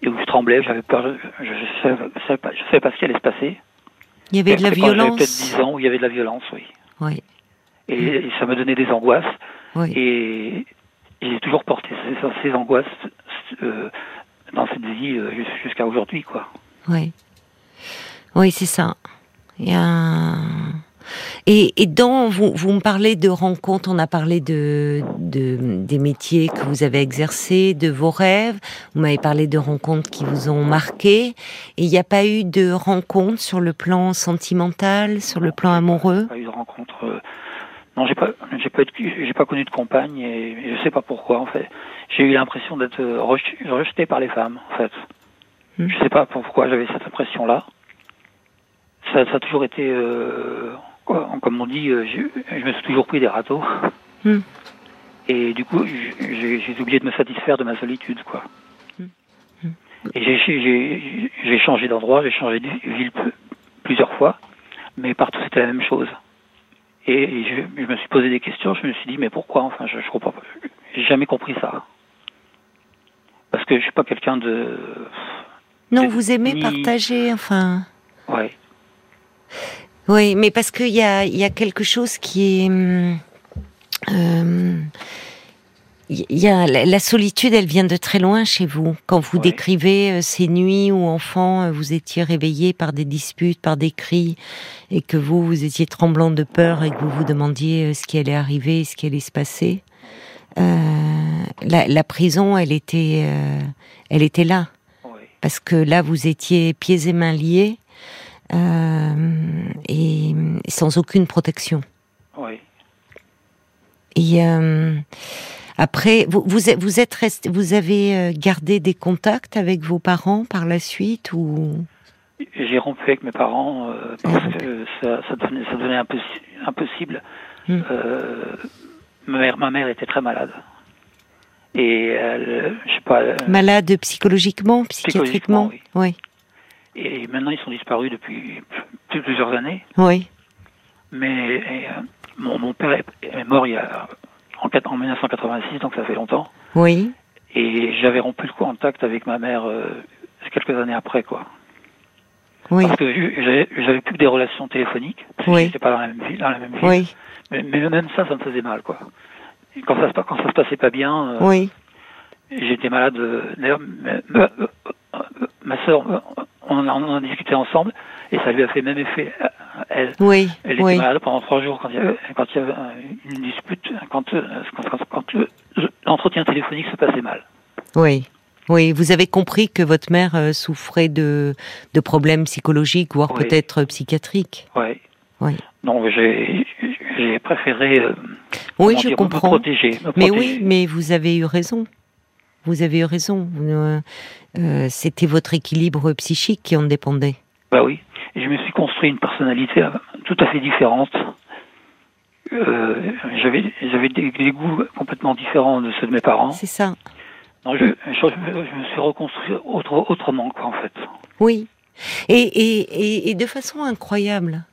Speaker 2: et où je tremblais, j'avais peur, je ne savais, savais, savais, pas ce qui allait se passer.
Speaker 1: Il y avait de la violence.
Speaker 2: J'avais peut-être 10 ans où il y avait de la violence, oui.
Speaker 1: Oui.
Speaker 2: Et, et ça me donnait des angoisses.
Speaker 1: Oui.
Speaker 2: Et, et j'ai toujours porté ces, ces angoisses euh, dans cette vie euh, jusqu'à aujourd'hui, quoi.
Speaker 1: Oui. Oui, c'est ça. Il y a... Et, et, dans, vous, vous, me parlez de rencontres, on a parlé de, de, des métiers que vous avez exercés, de vos rêves, vous m'avez parlé de rencontres qui vous ont marqué, et il n'y a pas eu de rencontres sur le plan sentimental, sur le plan amoureux
Speaker 2: Pas eu de rencontre. Euh, non, j'ai pas, j'ai pas, j'ai pas connu de compagne et, je je sais pas pourquoi en fait. J'ai eu l'impression d'être euh, rejeté par les femmes en fait. Mmh. Je sais pas pourquoi j'avais cette impression là. Ça, ça a toujours été euh, comme on dit, euh, je, je, me suis toujours pris des râteaux.
Speaker 1: Mm.
Speaker 2: Et du coup, j'ai oublié de me satisfaire de ma solitude, quoi. Mm. Et j'ai changé d'endroit, j'ai changé de ville plusieurs fois, mais partout c'était la même chose. Et je, je, me suis posé des questions, je me suis dit, mais pourquoi Enfin, je, je comprends pas. J'ai jamais compris ça. Parce que je suis pas quelqu'un de.
Speaker 1: Non, vous aimez ni... partager, enfin.
Speaker 2: Ouais.
Speaker 1: Oui, mais parce qu'il y a, y a quelque chose qui est... il euh, y a, la, la, solitude, elle vient de très loin chez vous. Quand vous oui. décrivez euh, ces nuits où, enfant, euh, vous étiez réveillé par des disputes, par des cris, et que vous, vous étiez tremblant de peur et que vous vous demandiez euh, ce qui allait arriver, ce qui allait se passer, euh, la, la, prison, elle était, euh, elle était là.
Speaker 2: Oui.
Speaker 1: Parce que là, vous étiez pieds et mains liés. Euh, et sans aucune protection.
Speaker 2: Oui.
Speaker 1: Et euh, après, vous, vous, vous êtes resté, vous avez euh, gardé des contacts avec vos parents par la suite ou
Speaker 2: J'ai rompu avec mes parents euh, parce que ça, ça, devenait, ça devenait impossible. Hum. ma, mère, ma mère était très malade. Et elle, je sais pas.
Speaker 1: Malade psychologiquement, psychiatriquement,
Speaker 2: psychologiquement, oui. oui. Et maintenant, ils sont disparus depuis plusieurs années.
Speaker 1: Oui.
Speaker 2: Mais et, euh, mon, mon, père est mort il y a, en, en, 1986, donc ça fait longtemps.
Speaker 1: Oui.
Speaker 2: Et j'avais rompu le contact avec ma mère euh, quelques années après, quoi.
Speaker 1: Oui.
Speaker 2: Parce que j'avais plus que des relations téléphoniques. Parce
Speaker 1: oui.
Speaker 2: J'étais pas dans la même ville. Dans la même ville.
Speaker 1: Oui.
Speaker 2: Mais, mais, même ça, ça me faisait mal, quoi. Et quand ça se, quand ça se passait pas bien. Euh,
Speaker 1: oui.
Speaker 2: J'étais malade. euh, D'ailleurs, ma, ma, ma soeur on en a discuté ensemble et ça lui a fait le même effet. euh, elle,
Speaker 1: Oui,
Speaker 2: elle était
Speaker 1: oui.
Speaker 2: malade pendant trois jours quand il y avait, quand il y avait une dispute, quand, euh, quand, quand- quand le- l'entretien téléphonique se passait mal.
Speaker 1: Oui. Oui, vous avez compris que votre mère euh, souffrait de, de problèmes psychologiques, voire
Speaker 2: Oui.
Speaker 1: peut-être euh, psychiatriques.
Speaker 2: Ouais.
Speaker 1: Oui.
Speaker 2: Donc j'ai j'ai préféré euh,
Speaker 1: Oui,
Speaker 2: comment
Speaker 1: je
Speaker 2: dire, me
Speaker 1: comprends.
Speaker 2: protéger. me
Speaker 1: Mais
Speaker 2: protéger.
Speaker 1: oui, mais vous avez eu raison. Vous avez eu raison. Euh, euh, C'était votre équilibre psychique qui en dépendait.
Speaker 2: Bah oui. Et je me suis construit une personnalité euh, tout à fait différente. Euh, j'avais j'avais des, des goûts complètement différents de ceux de mes parents.
Speaker 1: C'est ça.
Speaker 2: Non, je, je, je me suis reconstruit autre, autrement quoi en fait.
Speaker 1: Oui. Et, et, et, et de façon incroyable.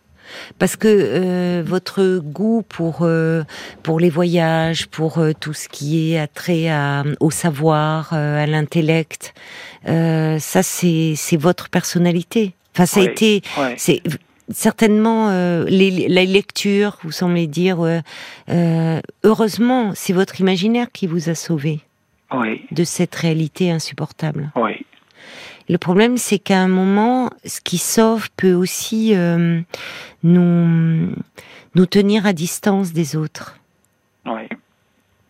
Speaker 1: Parce que euh, votre goût pour euh, pour les voyages, pour euh, tout ce qui est attrait à, au savoir, euh, à l'intellect, euh, ça c'est c'est votre personnalité. Enfin, ça a
Speaker 2: Oui.
Speaker 1: été
Speaker 2: Ouais.
Speaker 1: c'est certainement euh, les, la lecture, vous semblez dire. ouais. Euh, heureusement, c'est votre imaginaire qui vous a sauvé
Speaker 2: Oui.
Speaker 1: de cette réalité insupportable.
Speaker 2: Oui.
Speaker 1: Le problème, c'est qu'à un moment, ce qui sauve peut aussi euh, nous, nous tenir à distance des autres.
Speaker 2: Oui.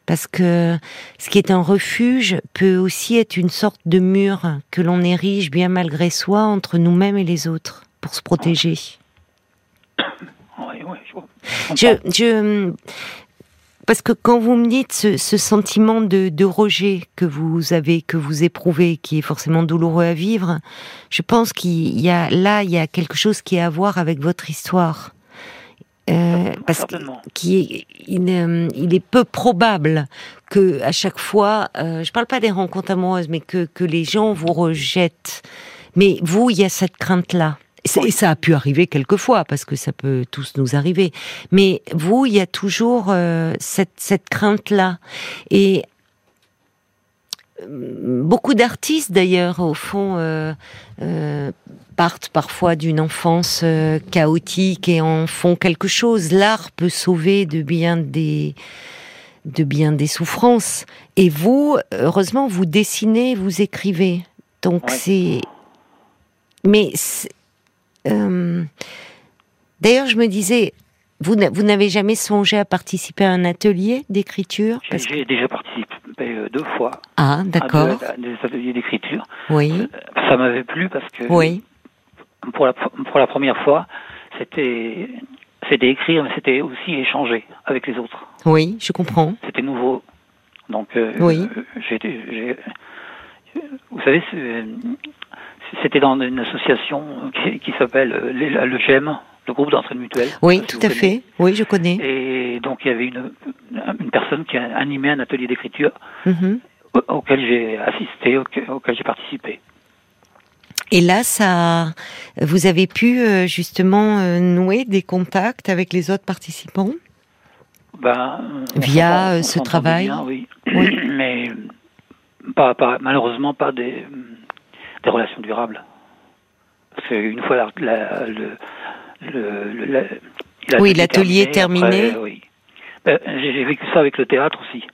Speaker 1: Parce que ce qui est un refuge peut aussi être une sorte de mur que l'on érige bien malgré soi entre nous-mêmes et les autres pour se protéger.
Speaker 2: Oui. Oui. je comprends.
Speaker 1: Je, je, parce que quand vous me dites ce, ce sentiment de, de rejet que vous avez, que vous éprouvez, qui est forcément douloureux à vivre, je pense qu'il y a là, il y a quelque chose qui a à voir avec votre histoire. Euh, parce que
Speaker 2: Certainement.
Speaker 1: qui est, il, euh, il est peu probable que à chaque fois, euh, je parle pas des rencontres amoureuses, mais que, que les gens vous rejettent. Mais vous, il y a cette crainte-là. Et ça- Et ça a pu arriver quelquefois, parce que ça peut tous nous arriver. Mais vous, il y a toujours euh, cette, cette crainte-là. Et euh, beaucoup d'artistes, d'ailleurs, au fond, euh, euh, partent parfois d'une enfance euh, chaotique et en font quelque chose. L'art peut sauver de bien des de bien des souffrances. Et vous, heureusement, vous dessinez, vous écrivez. Donc
Speaker 2: Ouais.
Speaker 1: c'est... Mais... c'est- euh, D'ailleurs, je me disais, vous n'a- vous n'avez jamais songé à participer à un atelier d'écriture
Speaker 2: J'ai-
Speaker 1: Parce que-
Speaker 2: J'ai déjà participé euh, deux fois
Speaker 1: Ah,
Speaker 2: à
Speaker 1: d'accord.
Speaker 2: deux- à des ateliers d'écriture.
Speaker 1: Oui,
Speaker 2: Ça m'avait plu parce que
Speaker 1: oui,
Speaker 2: pour la, pour la première fois, c'était c'était écrire, mais c'était aussi échanger avec les autres.
Speaker 1: oui, je comprends.
Speaker 2: C'était nouveau. Donc, euh,
Speaker 1: Oui.
Speaker 2: euh, j'ai été- j'ai- vous savez, c'est- euh, c'était dans une association qui, qui s'appelle euh, les- le GEM, le groupe d'entraide mutuelle.
Speaker 1: Oui,
Speaker 2: Si
Speaker 1: tout
Speaker 2: vous
Speaker 1: à
Speaker 2: connaissez.
Speaker 1: fait. Oui, je connais.
Speaker 2: Et donc, il y avait une, une personne qui a animé un atelier d'écriture
Speaker 1: Mhm.
Speaker 2: au- auquel j'ai assisté, auquel, auquel j'ai participé.
Speaker 1: Et là, ça, vous avez pu euh, justement euh, nouer des contacts avec les autres participants.
Speaker 2: Ben, on
Speaker 1: Via,
Speaker 2: s'entend-
Speaker 1: euh,
Speaker 2: on
Speaker 1: ce
Speaker 2: s'entendait
Speaker 1: travail.
Speaker 2: bien, oui.
Speaker 1: Oui.
Speaker 2: Mais pas, pas, malheureusement pas des, des relations durables. Parce qu'une fois la, la- le, le- le- la-
Speaker 1: Oui, l'atelier terminé.
Speaker 2: après, oui. Ben, j'ai j'ai vécu ça avec le théâtre aussi.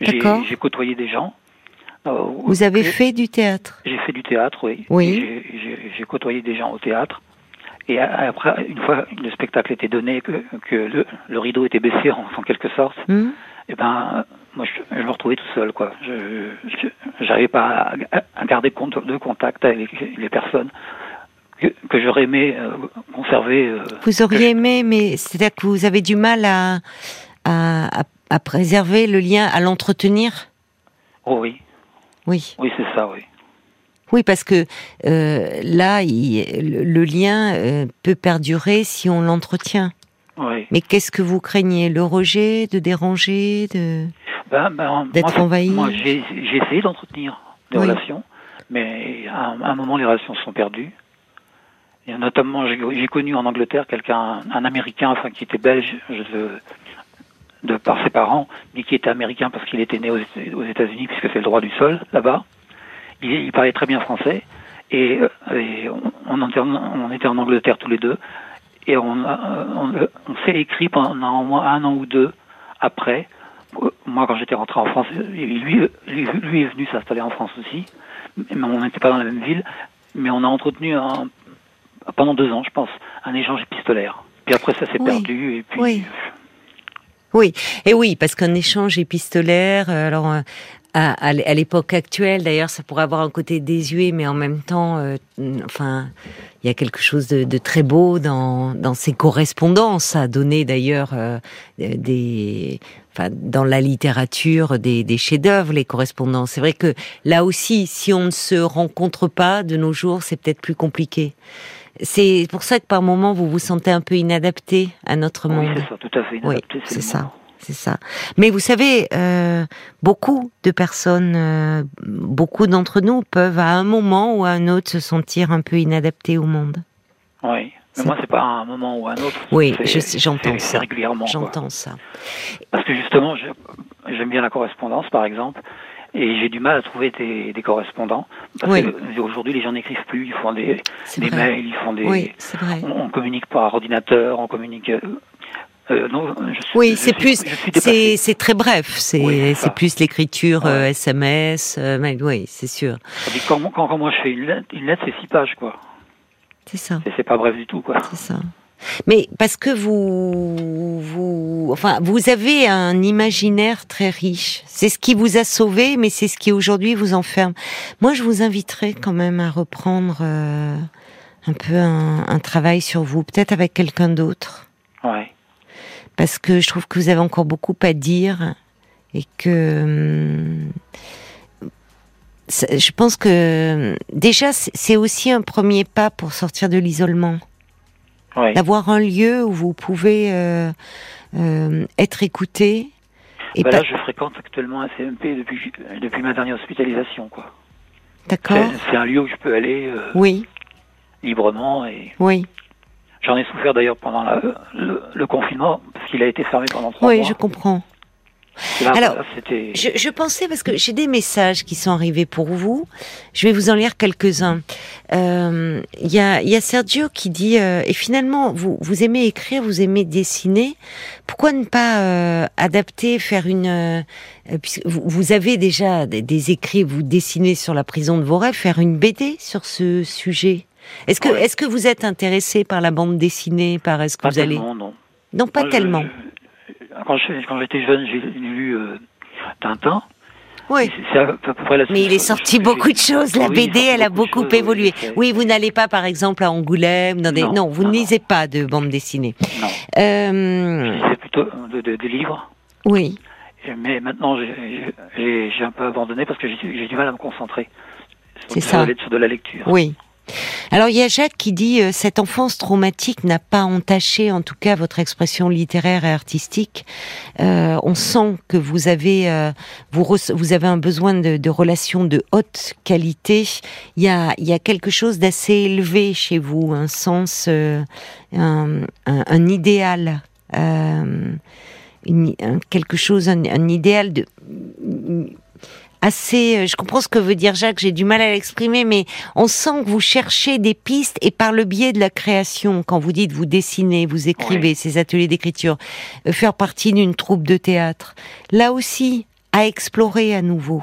Speaker 2: J'ai-
Speaker 1: D'accord.
Speaker 2: J'ai côtoyé des gens. euh,
Speaker 1: Vous avez
Speaker 2: que-
Speaker 1: fait du théâtre.
Speaker 2: J'ai fait du théâtre, oui.
Speaker 1: Oui.
Speaker 2: J'ai- J'ai j'ai côtoyé des gens au théâtre. Et a- après, une fois que le spectacle était donné, que, que le, le rideau était baissé en, en quelque sorte,
Speaker 1: Hmm
Speaker 2: et ben, moi, je, je me retrouvais tout seul, quoi. Je je- j'arrivais pas à, à garder compte de contact avec les personnes que, que j'aurais aimé euh, conserver. euh,
Speaker 1: vous
Speaker 2: que je-
Speaker 1: auriez aimé, mais c'est-à-dire que vous avez du mal à, à, à- à préserver le lien, à l'entretenir.
Speaker 2: Oh oui,
Speaker 1: Oui.
Speaker 2: oui, c'est ça, oui.
Speaker 1: Oui, parce que euh, là, il- le le lien euh, peut perdurer si on l'entretient.
Speaker 2: Oui.
Speaker 1: Mais qu'est-ce que vous craignez Le rejet, de déranger, de...
Speaker 2: Ben, ben,
Speaker 1: D'être
Speaker 2: moi,
Speaker 1: envahi.
Speaker 2: Moi, j'ai j'ai essayé d'entretenir des
Speaker 1: Oui.
Speaker 2: relations, mais à un, à un moment, les relations se sont perdues. Et notamment, j'ai j'ai connu en Angleterre quelqu'un, un Américain, enfin, qui était belge, je, je- de par ses parents, mais qui était américain parce qu'il était né aux, aux États-Unis, puisque c'est le droit du sol là-bas. Il, il parlait très bien français, et, euh, et on, on était en, on était en Angleterre tous les deux, et on, a- euh, on, on s'est écrit pendant au moins un an ou deux après. Euh, Moi, quand j'étais rentré en France, lui, lui, lui est venu s'installer en France aussi, mais on n'était pas dans la même ville. Mais on a entretenu un- pendant deux ans, je pense, un échange épistolaire. Puis après, ça s'est
Speaker 1: Oui.
Speaker 2: perdu. Et puis,
Speaker 1: Oui. Oui, et Eh oui, parce qu'un échange épistolaire, euh, alors euh, à, à l- à l'époque actuelle, d'ailleurs, ça pourrait avoir un côté désuet, mais en même temps, euh, n- enfin, il y a quelque chose de, de très beau dans, dans ces correspondances. Ça a donné d'ailleurs euh, euh, des, enfin, dans la littérature des, des chefs-d'œuvre, les correspondances. C'est vrai que là aussi, si on ne se rencontre pas de nos jours, c'est peut-être plus compliqué. C'est pour ça que par moments, vous vous sentez un peu inadapté à notre
Speaker 2: euh, oui,
Speaker 1: monde.
Speaker 2: c'est ça, tout à fait. inadapté,
Speaker 1: c'est
Speaker 2: le
Speaker 1: ça.
Speaker 2: moment.
Speaker 1: C'est ça. Mais vous savez, euh, beaucoup de personnes, euh, beaucoup d'entre nous peuvent à un moment ou à un autre se sentir un peu inadaptés au monde.
Speaker 2: Oui.
Speaker 1: C'est-
Speaker 2: Mais moi, c'est pas un moment ou un autre.
Speaker 1: Oui,
Speaker 2: c'est-
Speaker 1: je sais- j'entends
Speaker 2: c'est-
Speaker 1: ça.
Speaker 2: c'est régulièrement. quoi.
Speaker 1: J'entends ça.
Speaker 2: Parce que justement, je- j'aime bien la correspondance, par exemple, et j'ai du mal à trouver des, des correspondants. Parce
Speaker 1: Oui.
Speaker 2: que aujourd'hui, les gens n'écrivent plus, ils font des,
Speaker 1: C'est
Speaker 2: des
Speaker 1: vrai.
Speaker 2: mails, ils font des.
Speaker 1: Oui, c'est vrai.
Speaker 2: On, on communique par ordinateur, on communique. euh, euh, non, je suis-
Speaker 1: Oui,
Speaker 2: je
Speaker 1: c'est
Speaker 2: suis-
Speaker 1: plus,
Speaker 2: je suis dépassé.
Speaker 1: c'est c'est très bref. C'est
Speaker 2: Oui, c'est ça.
Speaker 1: c'est plus l'écriture euh,
Speaker 2: Ouais.
Speaker 1: SMS, euh, mail. Oui, c'est sûr.
Speaker 2: Tandis que Ah, Quand, quand, quand moi je fais une lettre, une lettre c'est six pages, quoi.
Speaker 1: C'est ça.
Speaker 2: C'est- C'est pas bref du tout, quoi.
Speaker 1: C'est ça. Mais parce que vous, vous, enfin, vous avez un imaginaire très riche. C'est ce qui vous a sauvé, mais c'est ce qui aujourd'hui vous enferme. Moi, je vous inviterais quand même à reprendre euh, un peu un, un travail sur vous, peut-être avec quelqu'un d'autre,
Speaker 2: Ouais.
Speaker 1: parce que je trouve que vous avez encore beaucoup à dire et que. hum, c'est- je pense que déjà c'est- c'est aussi un premier pas pour sortir de l'isolement
Speaker 2: Ouais.
Speaker 1: d'avoir un lieu où vous pouvez euh, euh, être écouté. Et
Speaker 2: Bah
Speaker 1: pas-
Speaker 2: là, je fréquente actuellement un CMP depuis, depuis ma dernière hospitalisation, quoi.
Speaker 1: D'accord
Speaker 2: C'est c'est un lieu où je peux aller euh,
Speaker 1: Oui,
Speaker 2: librement et
Speaker 1: oui,
Speaker 2: j'en ai souffert d'ailleurs pendant la- le, le confinement parce qu'il a été fermé pendant trois
Speaker 1: oui,
Speaker 2: mois.
Speaker 1: je comprends.
Speaker 2: Et là,
Speaker 1: Alors,
Speaker 2: là, c'était.
Speaker 1: Je, je pensais, parce que j'ai des messages qui sont arrivés pour vous, je vais vous en lire quelques-uns. Euh, Il y, a, il y a Sergio qui dit, euh, et finalement, vous, vous aimez écrire, vous aimez dessiner, pourquoi ne pas euh, adapter, faire une... euh, euh, puisque vous, vous avez déjà des, des écrits, vous dessinez sur la prison de vos rêves, faire une BD sur ce sujet est-ce que,
Speaker 2: Ouais.
Speaker 1: est-ce que vous êtes intéressé par la bande dessinée, par est-ce que
Speaker 2: Pas
Speaker 1: vous allez
Speaker 2: tellement, non.
Speaker 1: Non, pas
Speaker 2: Moi, je-
Speaker 1: tellement.
Speaker 2: je- quand je- quand j'étais jeune, j'ai lu euh, Tintin.
Speaker 1: Oui.
Speaker 2: C'est- C'est à peu près la
Speaker 1: Mais il est sorti beaucoup de choses. La
Speaker 2: Oui, il est
Speaker 1: BD,
Speaker 2: sorti
Speaker 1: elle a
Speaker 2: beaucoup de
Speaker 1: beaucoup
Speaker 2: choses, oui,
Speaker 1: évolué.
Speaker 2: je sais.
Speaker 1: Oui, vous n'allez pas, par exemple, à Angoulême. Dans des... non,
Speaker 2: Non,
Speaker 1: vous
Speaker 2: non,
Speaker 1: ne
Speaker 2: non.
Speaker 1: lisez pas de bande dessinée.
Speaker 2: Non, je
Speaker 1: Euh,
Speaker 2: lisais plutôt euh, de- de- des livres.
Speaker 1: oui,
Speaker 2: Et- Mais maintenant, j'ai- j'ai j'ai un peu abandonné parce que j'ai j'ai du mal à me concentrer sur,
Speaker 1: C'est
Speaker 2: sur
Speaker 1: ça.
Speaker 2: la- sur de la lecture.
Speaker 1: oui. Alors, il y a Jacques qui dit euh, Cette enfance traumatique n'a pas entaché, en tout cas, votre expression littéraire et artistique. Euh, on sent que vous avez, euh, vous, rece- vous avez un besoin de, de relations de haute qualité. Il y a, il y a quelque chose d'assez élevé chez vous, un sens, euh, un, un- un idéal, euh, une- un- quelque chose, un, un idéal de assez. euh, Je comprends ce que veut dire Jacques. J'ai du mal à l'exprimer, mais on sent que vous cherchez des pistes et par le biais de la création, quand vous dites vous dessinez, vous écrivez, ces ateliers d'écriture, euh, faire partie d'une troupe de théâtre. Là aussi, à explorer à nouveau.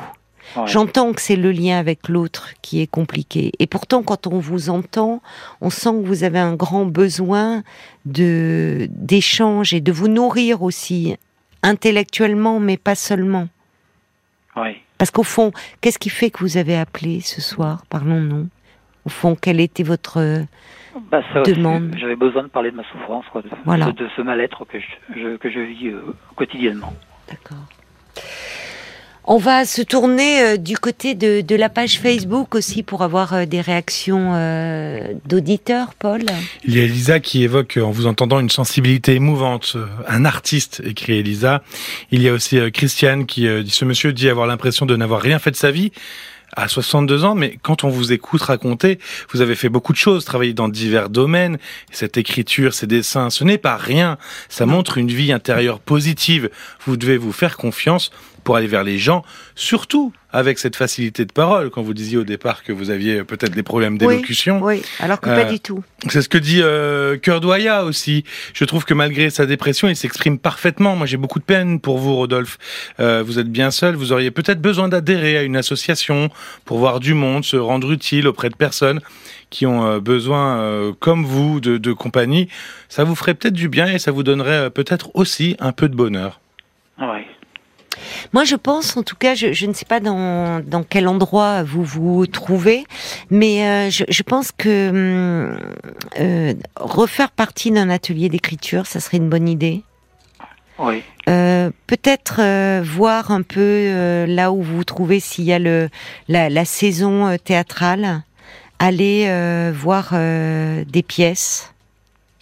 Speaker 2: Ouais.
Speaker 1: J'entends que c'est le lien avec l'autre qui est compliqué. Et pourtant, quand on vous entend, on sent que vous avez un grand besoin de d'échange et de vous nourrir aussi intellectuellement, mais pas seulement.
Speaker 2: Ouais.
Speaker 1: Parce qu'au fond, qu'est-ce qui fait que vous avez appelé ce soir Parlons-nous. Au fond, quelle était votre
Speaker 2: Bah, ça aussi,
Speaker 1: Demande.
Speaker 2: J'avais besoin de parler de ma souffrance, quoi, de,
Speaker 1: Voilà.
Speaker 2: de- de ce mal-être que je, je- que je vis euh, quotidiennement.
Speaker 1: D'accord. On va se tourner euh, du côté de, de la page Facebook aussi pour avoir euh, des réactions euh, d'auditeurs, Paul.
Speaker 3: Il y a Elisa qui évoque, euh, en vous entendant, une sensibilité émouvante. euh, Un artiste, écrit Elisa. Il y a aussi euh, Christiane qui euh, dit, ce monsieur dit avoir l'impression de n'avoir rien fait de sa vie à 62 ans, mais quand on vous écoute raconter, vous avez fait beaucoup de choses, travaillé dans divers domaines. Cette écriture, ces dessins, ce n'est pas rien. Ça montre une vie intérieure positive. Vous devez vous faire confiance pour aller vers les gens, surtout avec cette facilité de parole, quand vous disiez au départ que vous aviez euh, peut-être des problèmes d'élocution.
Speaker 1: Oui, oui, alors que pas
Speaker 3: Euh,
Speaker 1: du tout.
Speaker 3: C'est ce que dit euh, Kurdoya aussi. Je trouve que malgré sa dépression, il s'exprime parfaitement. Moi, j'ai beaucoup de peine pour vous, Rodolphe. Euh, vous êtes bien seul. Vous auriez peut-être besoin d'adhérer à une association pour voir du monde, se rendre utile auprès de personnes qui ont euh, besoin, euh, comme vous, de, de compagnie. Ça vous ferait peut-être du bien et ça vous donnerait euh, peut-être aussi un peu de bonheur.
Speaker 2: Ah Ouais.
Speaker 1: Moi, je pense, en tout cas, je, je ne sais pas dans, dans quel endroit vous vous trouvez, mais euh, je, je pense que hum, euh, refaire partie d'un atelier d'écriture, ça serait une bonne idée.
Speaker 2: Oui.
Speaker 1: Euh, peut-être euh, voir un peu euh, là où vous vous trouvez s'il y a le la, la saison euh, théâtrale, aller euh, voir euh, des pièces,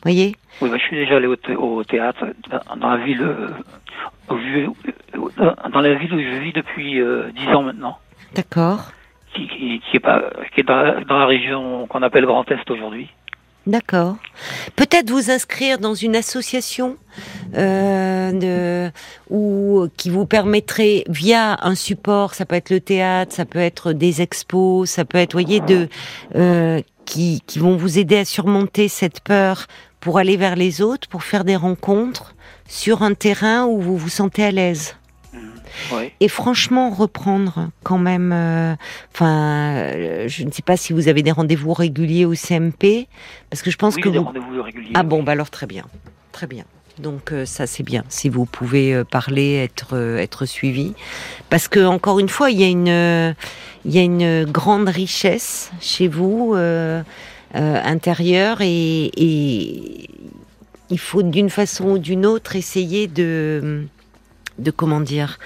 Speaker 1: voyez.
Speaker 2: Oui, bah, je suis déjà allé au, thé- au théâtre dans- dans la ville euh, où je, euh, dans la ville où je vis depuis euh, 10 ans maintenant,
Speaker 1: D'accord,
Speaker 2: qui, qui, qui est pas qui est dans, la- dans la région qu'on appelle Grand Est aujourd'hui.
Speaker 1: d'accord. Peut-être vous inscrire dans une association euh, de, ou qui vous permettrait via un support, ça peut être le théâtre, ça peut être des expos, ça peut être, voyez, de euh, qui qui vont vous aider à surmonter cette peur pour aller vers les autres, pour faire des rencontres sur un terrain où vous vous sentez à l'aise.
Speaker 2: Oui.
Speaker 1: Et franchement, reprendre quand même. euh, Enfin, euh, je ne sais pas si vous avez des rendez-vous réguliers au CMP, parce que je pense
Speaker 2: Oui,
Speaker 1: que
Speaker 2: des
Speaker 1: vous.
Speaker 2: rendez-vous réguliers.
Speaker 1: Ah bon, bah alors très bien, très bien. Donc euh, ça c'est bien si vous pouvez euh, parler, être euh, être suivi, parce que encore une fois il y a une euh, il y a une grande richesse chez vous euh, euh, intérieure et, et il faut d'une façon ou d'une autre essayer de de comment dire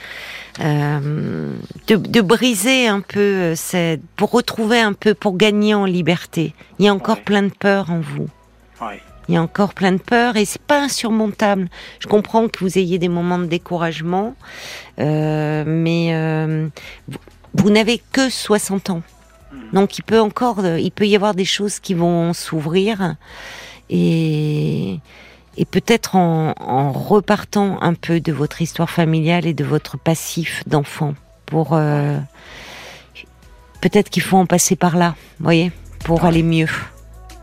Speaker 1: euh, de, de briser un peu euh, cette pour retrouver un peu pour gagner en liberté. Il y a encore
Speaker 2: Ouais.
Speaker 1: plein de peur en vous.
Speaker 2: Oui.
Speaker 1: Il y a encore plein de peurs et c'est pas insurmontable. Je comprends que vous ayez des moments de découragement, euh, mais euh, vous, vous n'avez que 60 ans.
Speaker 2: Mhm.
Speaker 1: Donc il peut encore, euh, il peut y avoir des choses qui vont s'ouvrir et, et peut-être en, en repartant un peu de votre histoire familiale et de votre passif d'enfant pour euh, peut-être qu'il faut en passer par là, voyez, pour aller mieux.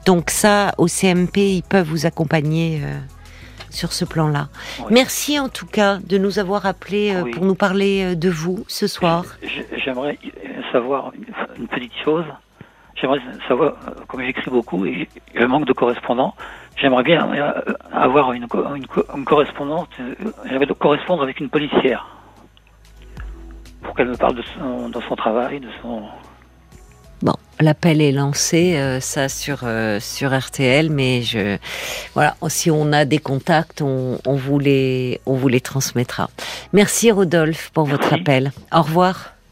Speaker 1: Donc ça, au CMP, ils peuvent vous accompagner euh, sur ce plan-là.
Speaker 2: Ouais.
Speaker 1: Merci en tout cas de nous avoir appelés euh,
Speaker 2: Oui.
Speaker 1: pour nous parler euh, de vous ce soir.
Speaker 2: J- J'aimerais savoir une petite chose. J'aimerais savoir, euh, comme j'écris beaucoup et je manque de correspondants, j'aimerais bien euh, avoir une, co- une, co- une correspondante, euh, j'aimerais correspondre avec une policière pour qu'elle me parle de son, de son travail, de son...
Speaker 1: Bon, l'appel est lancé, euh, ça sur euh, sur RTL, mais je voilà, si on a des contacts, on, on vous les on vous les transmettra. Merci Rodolphe pour votre
Speaker 2: Merci.
Speaker 1: appel. Au revoir.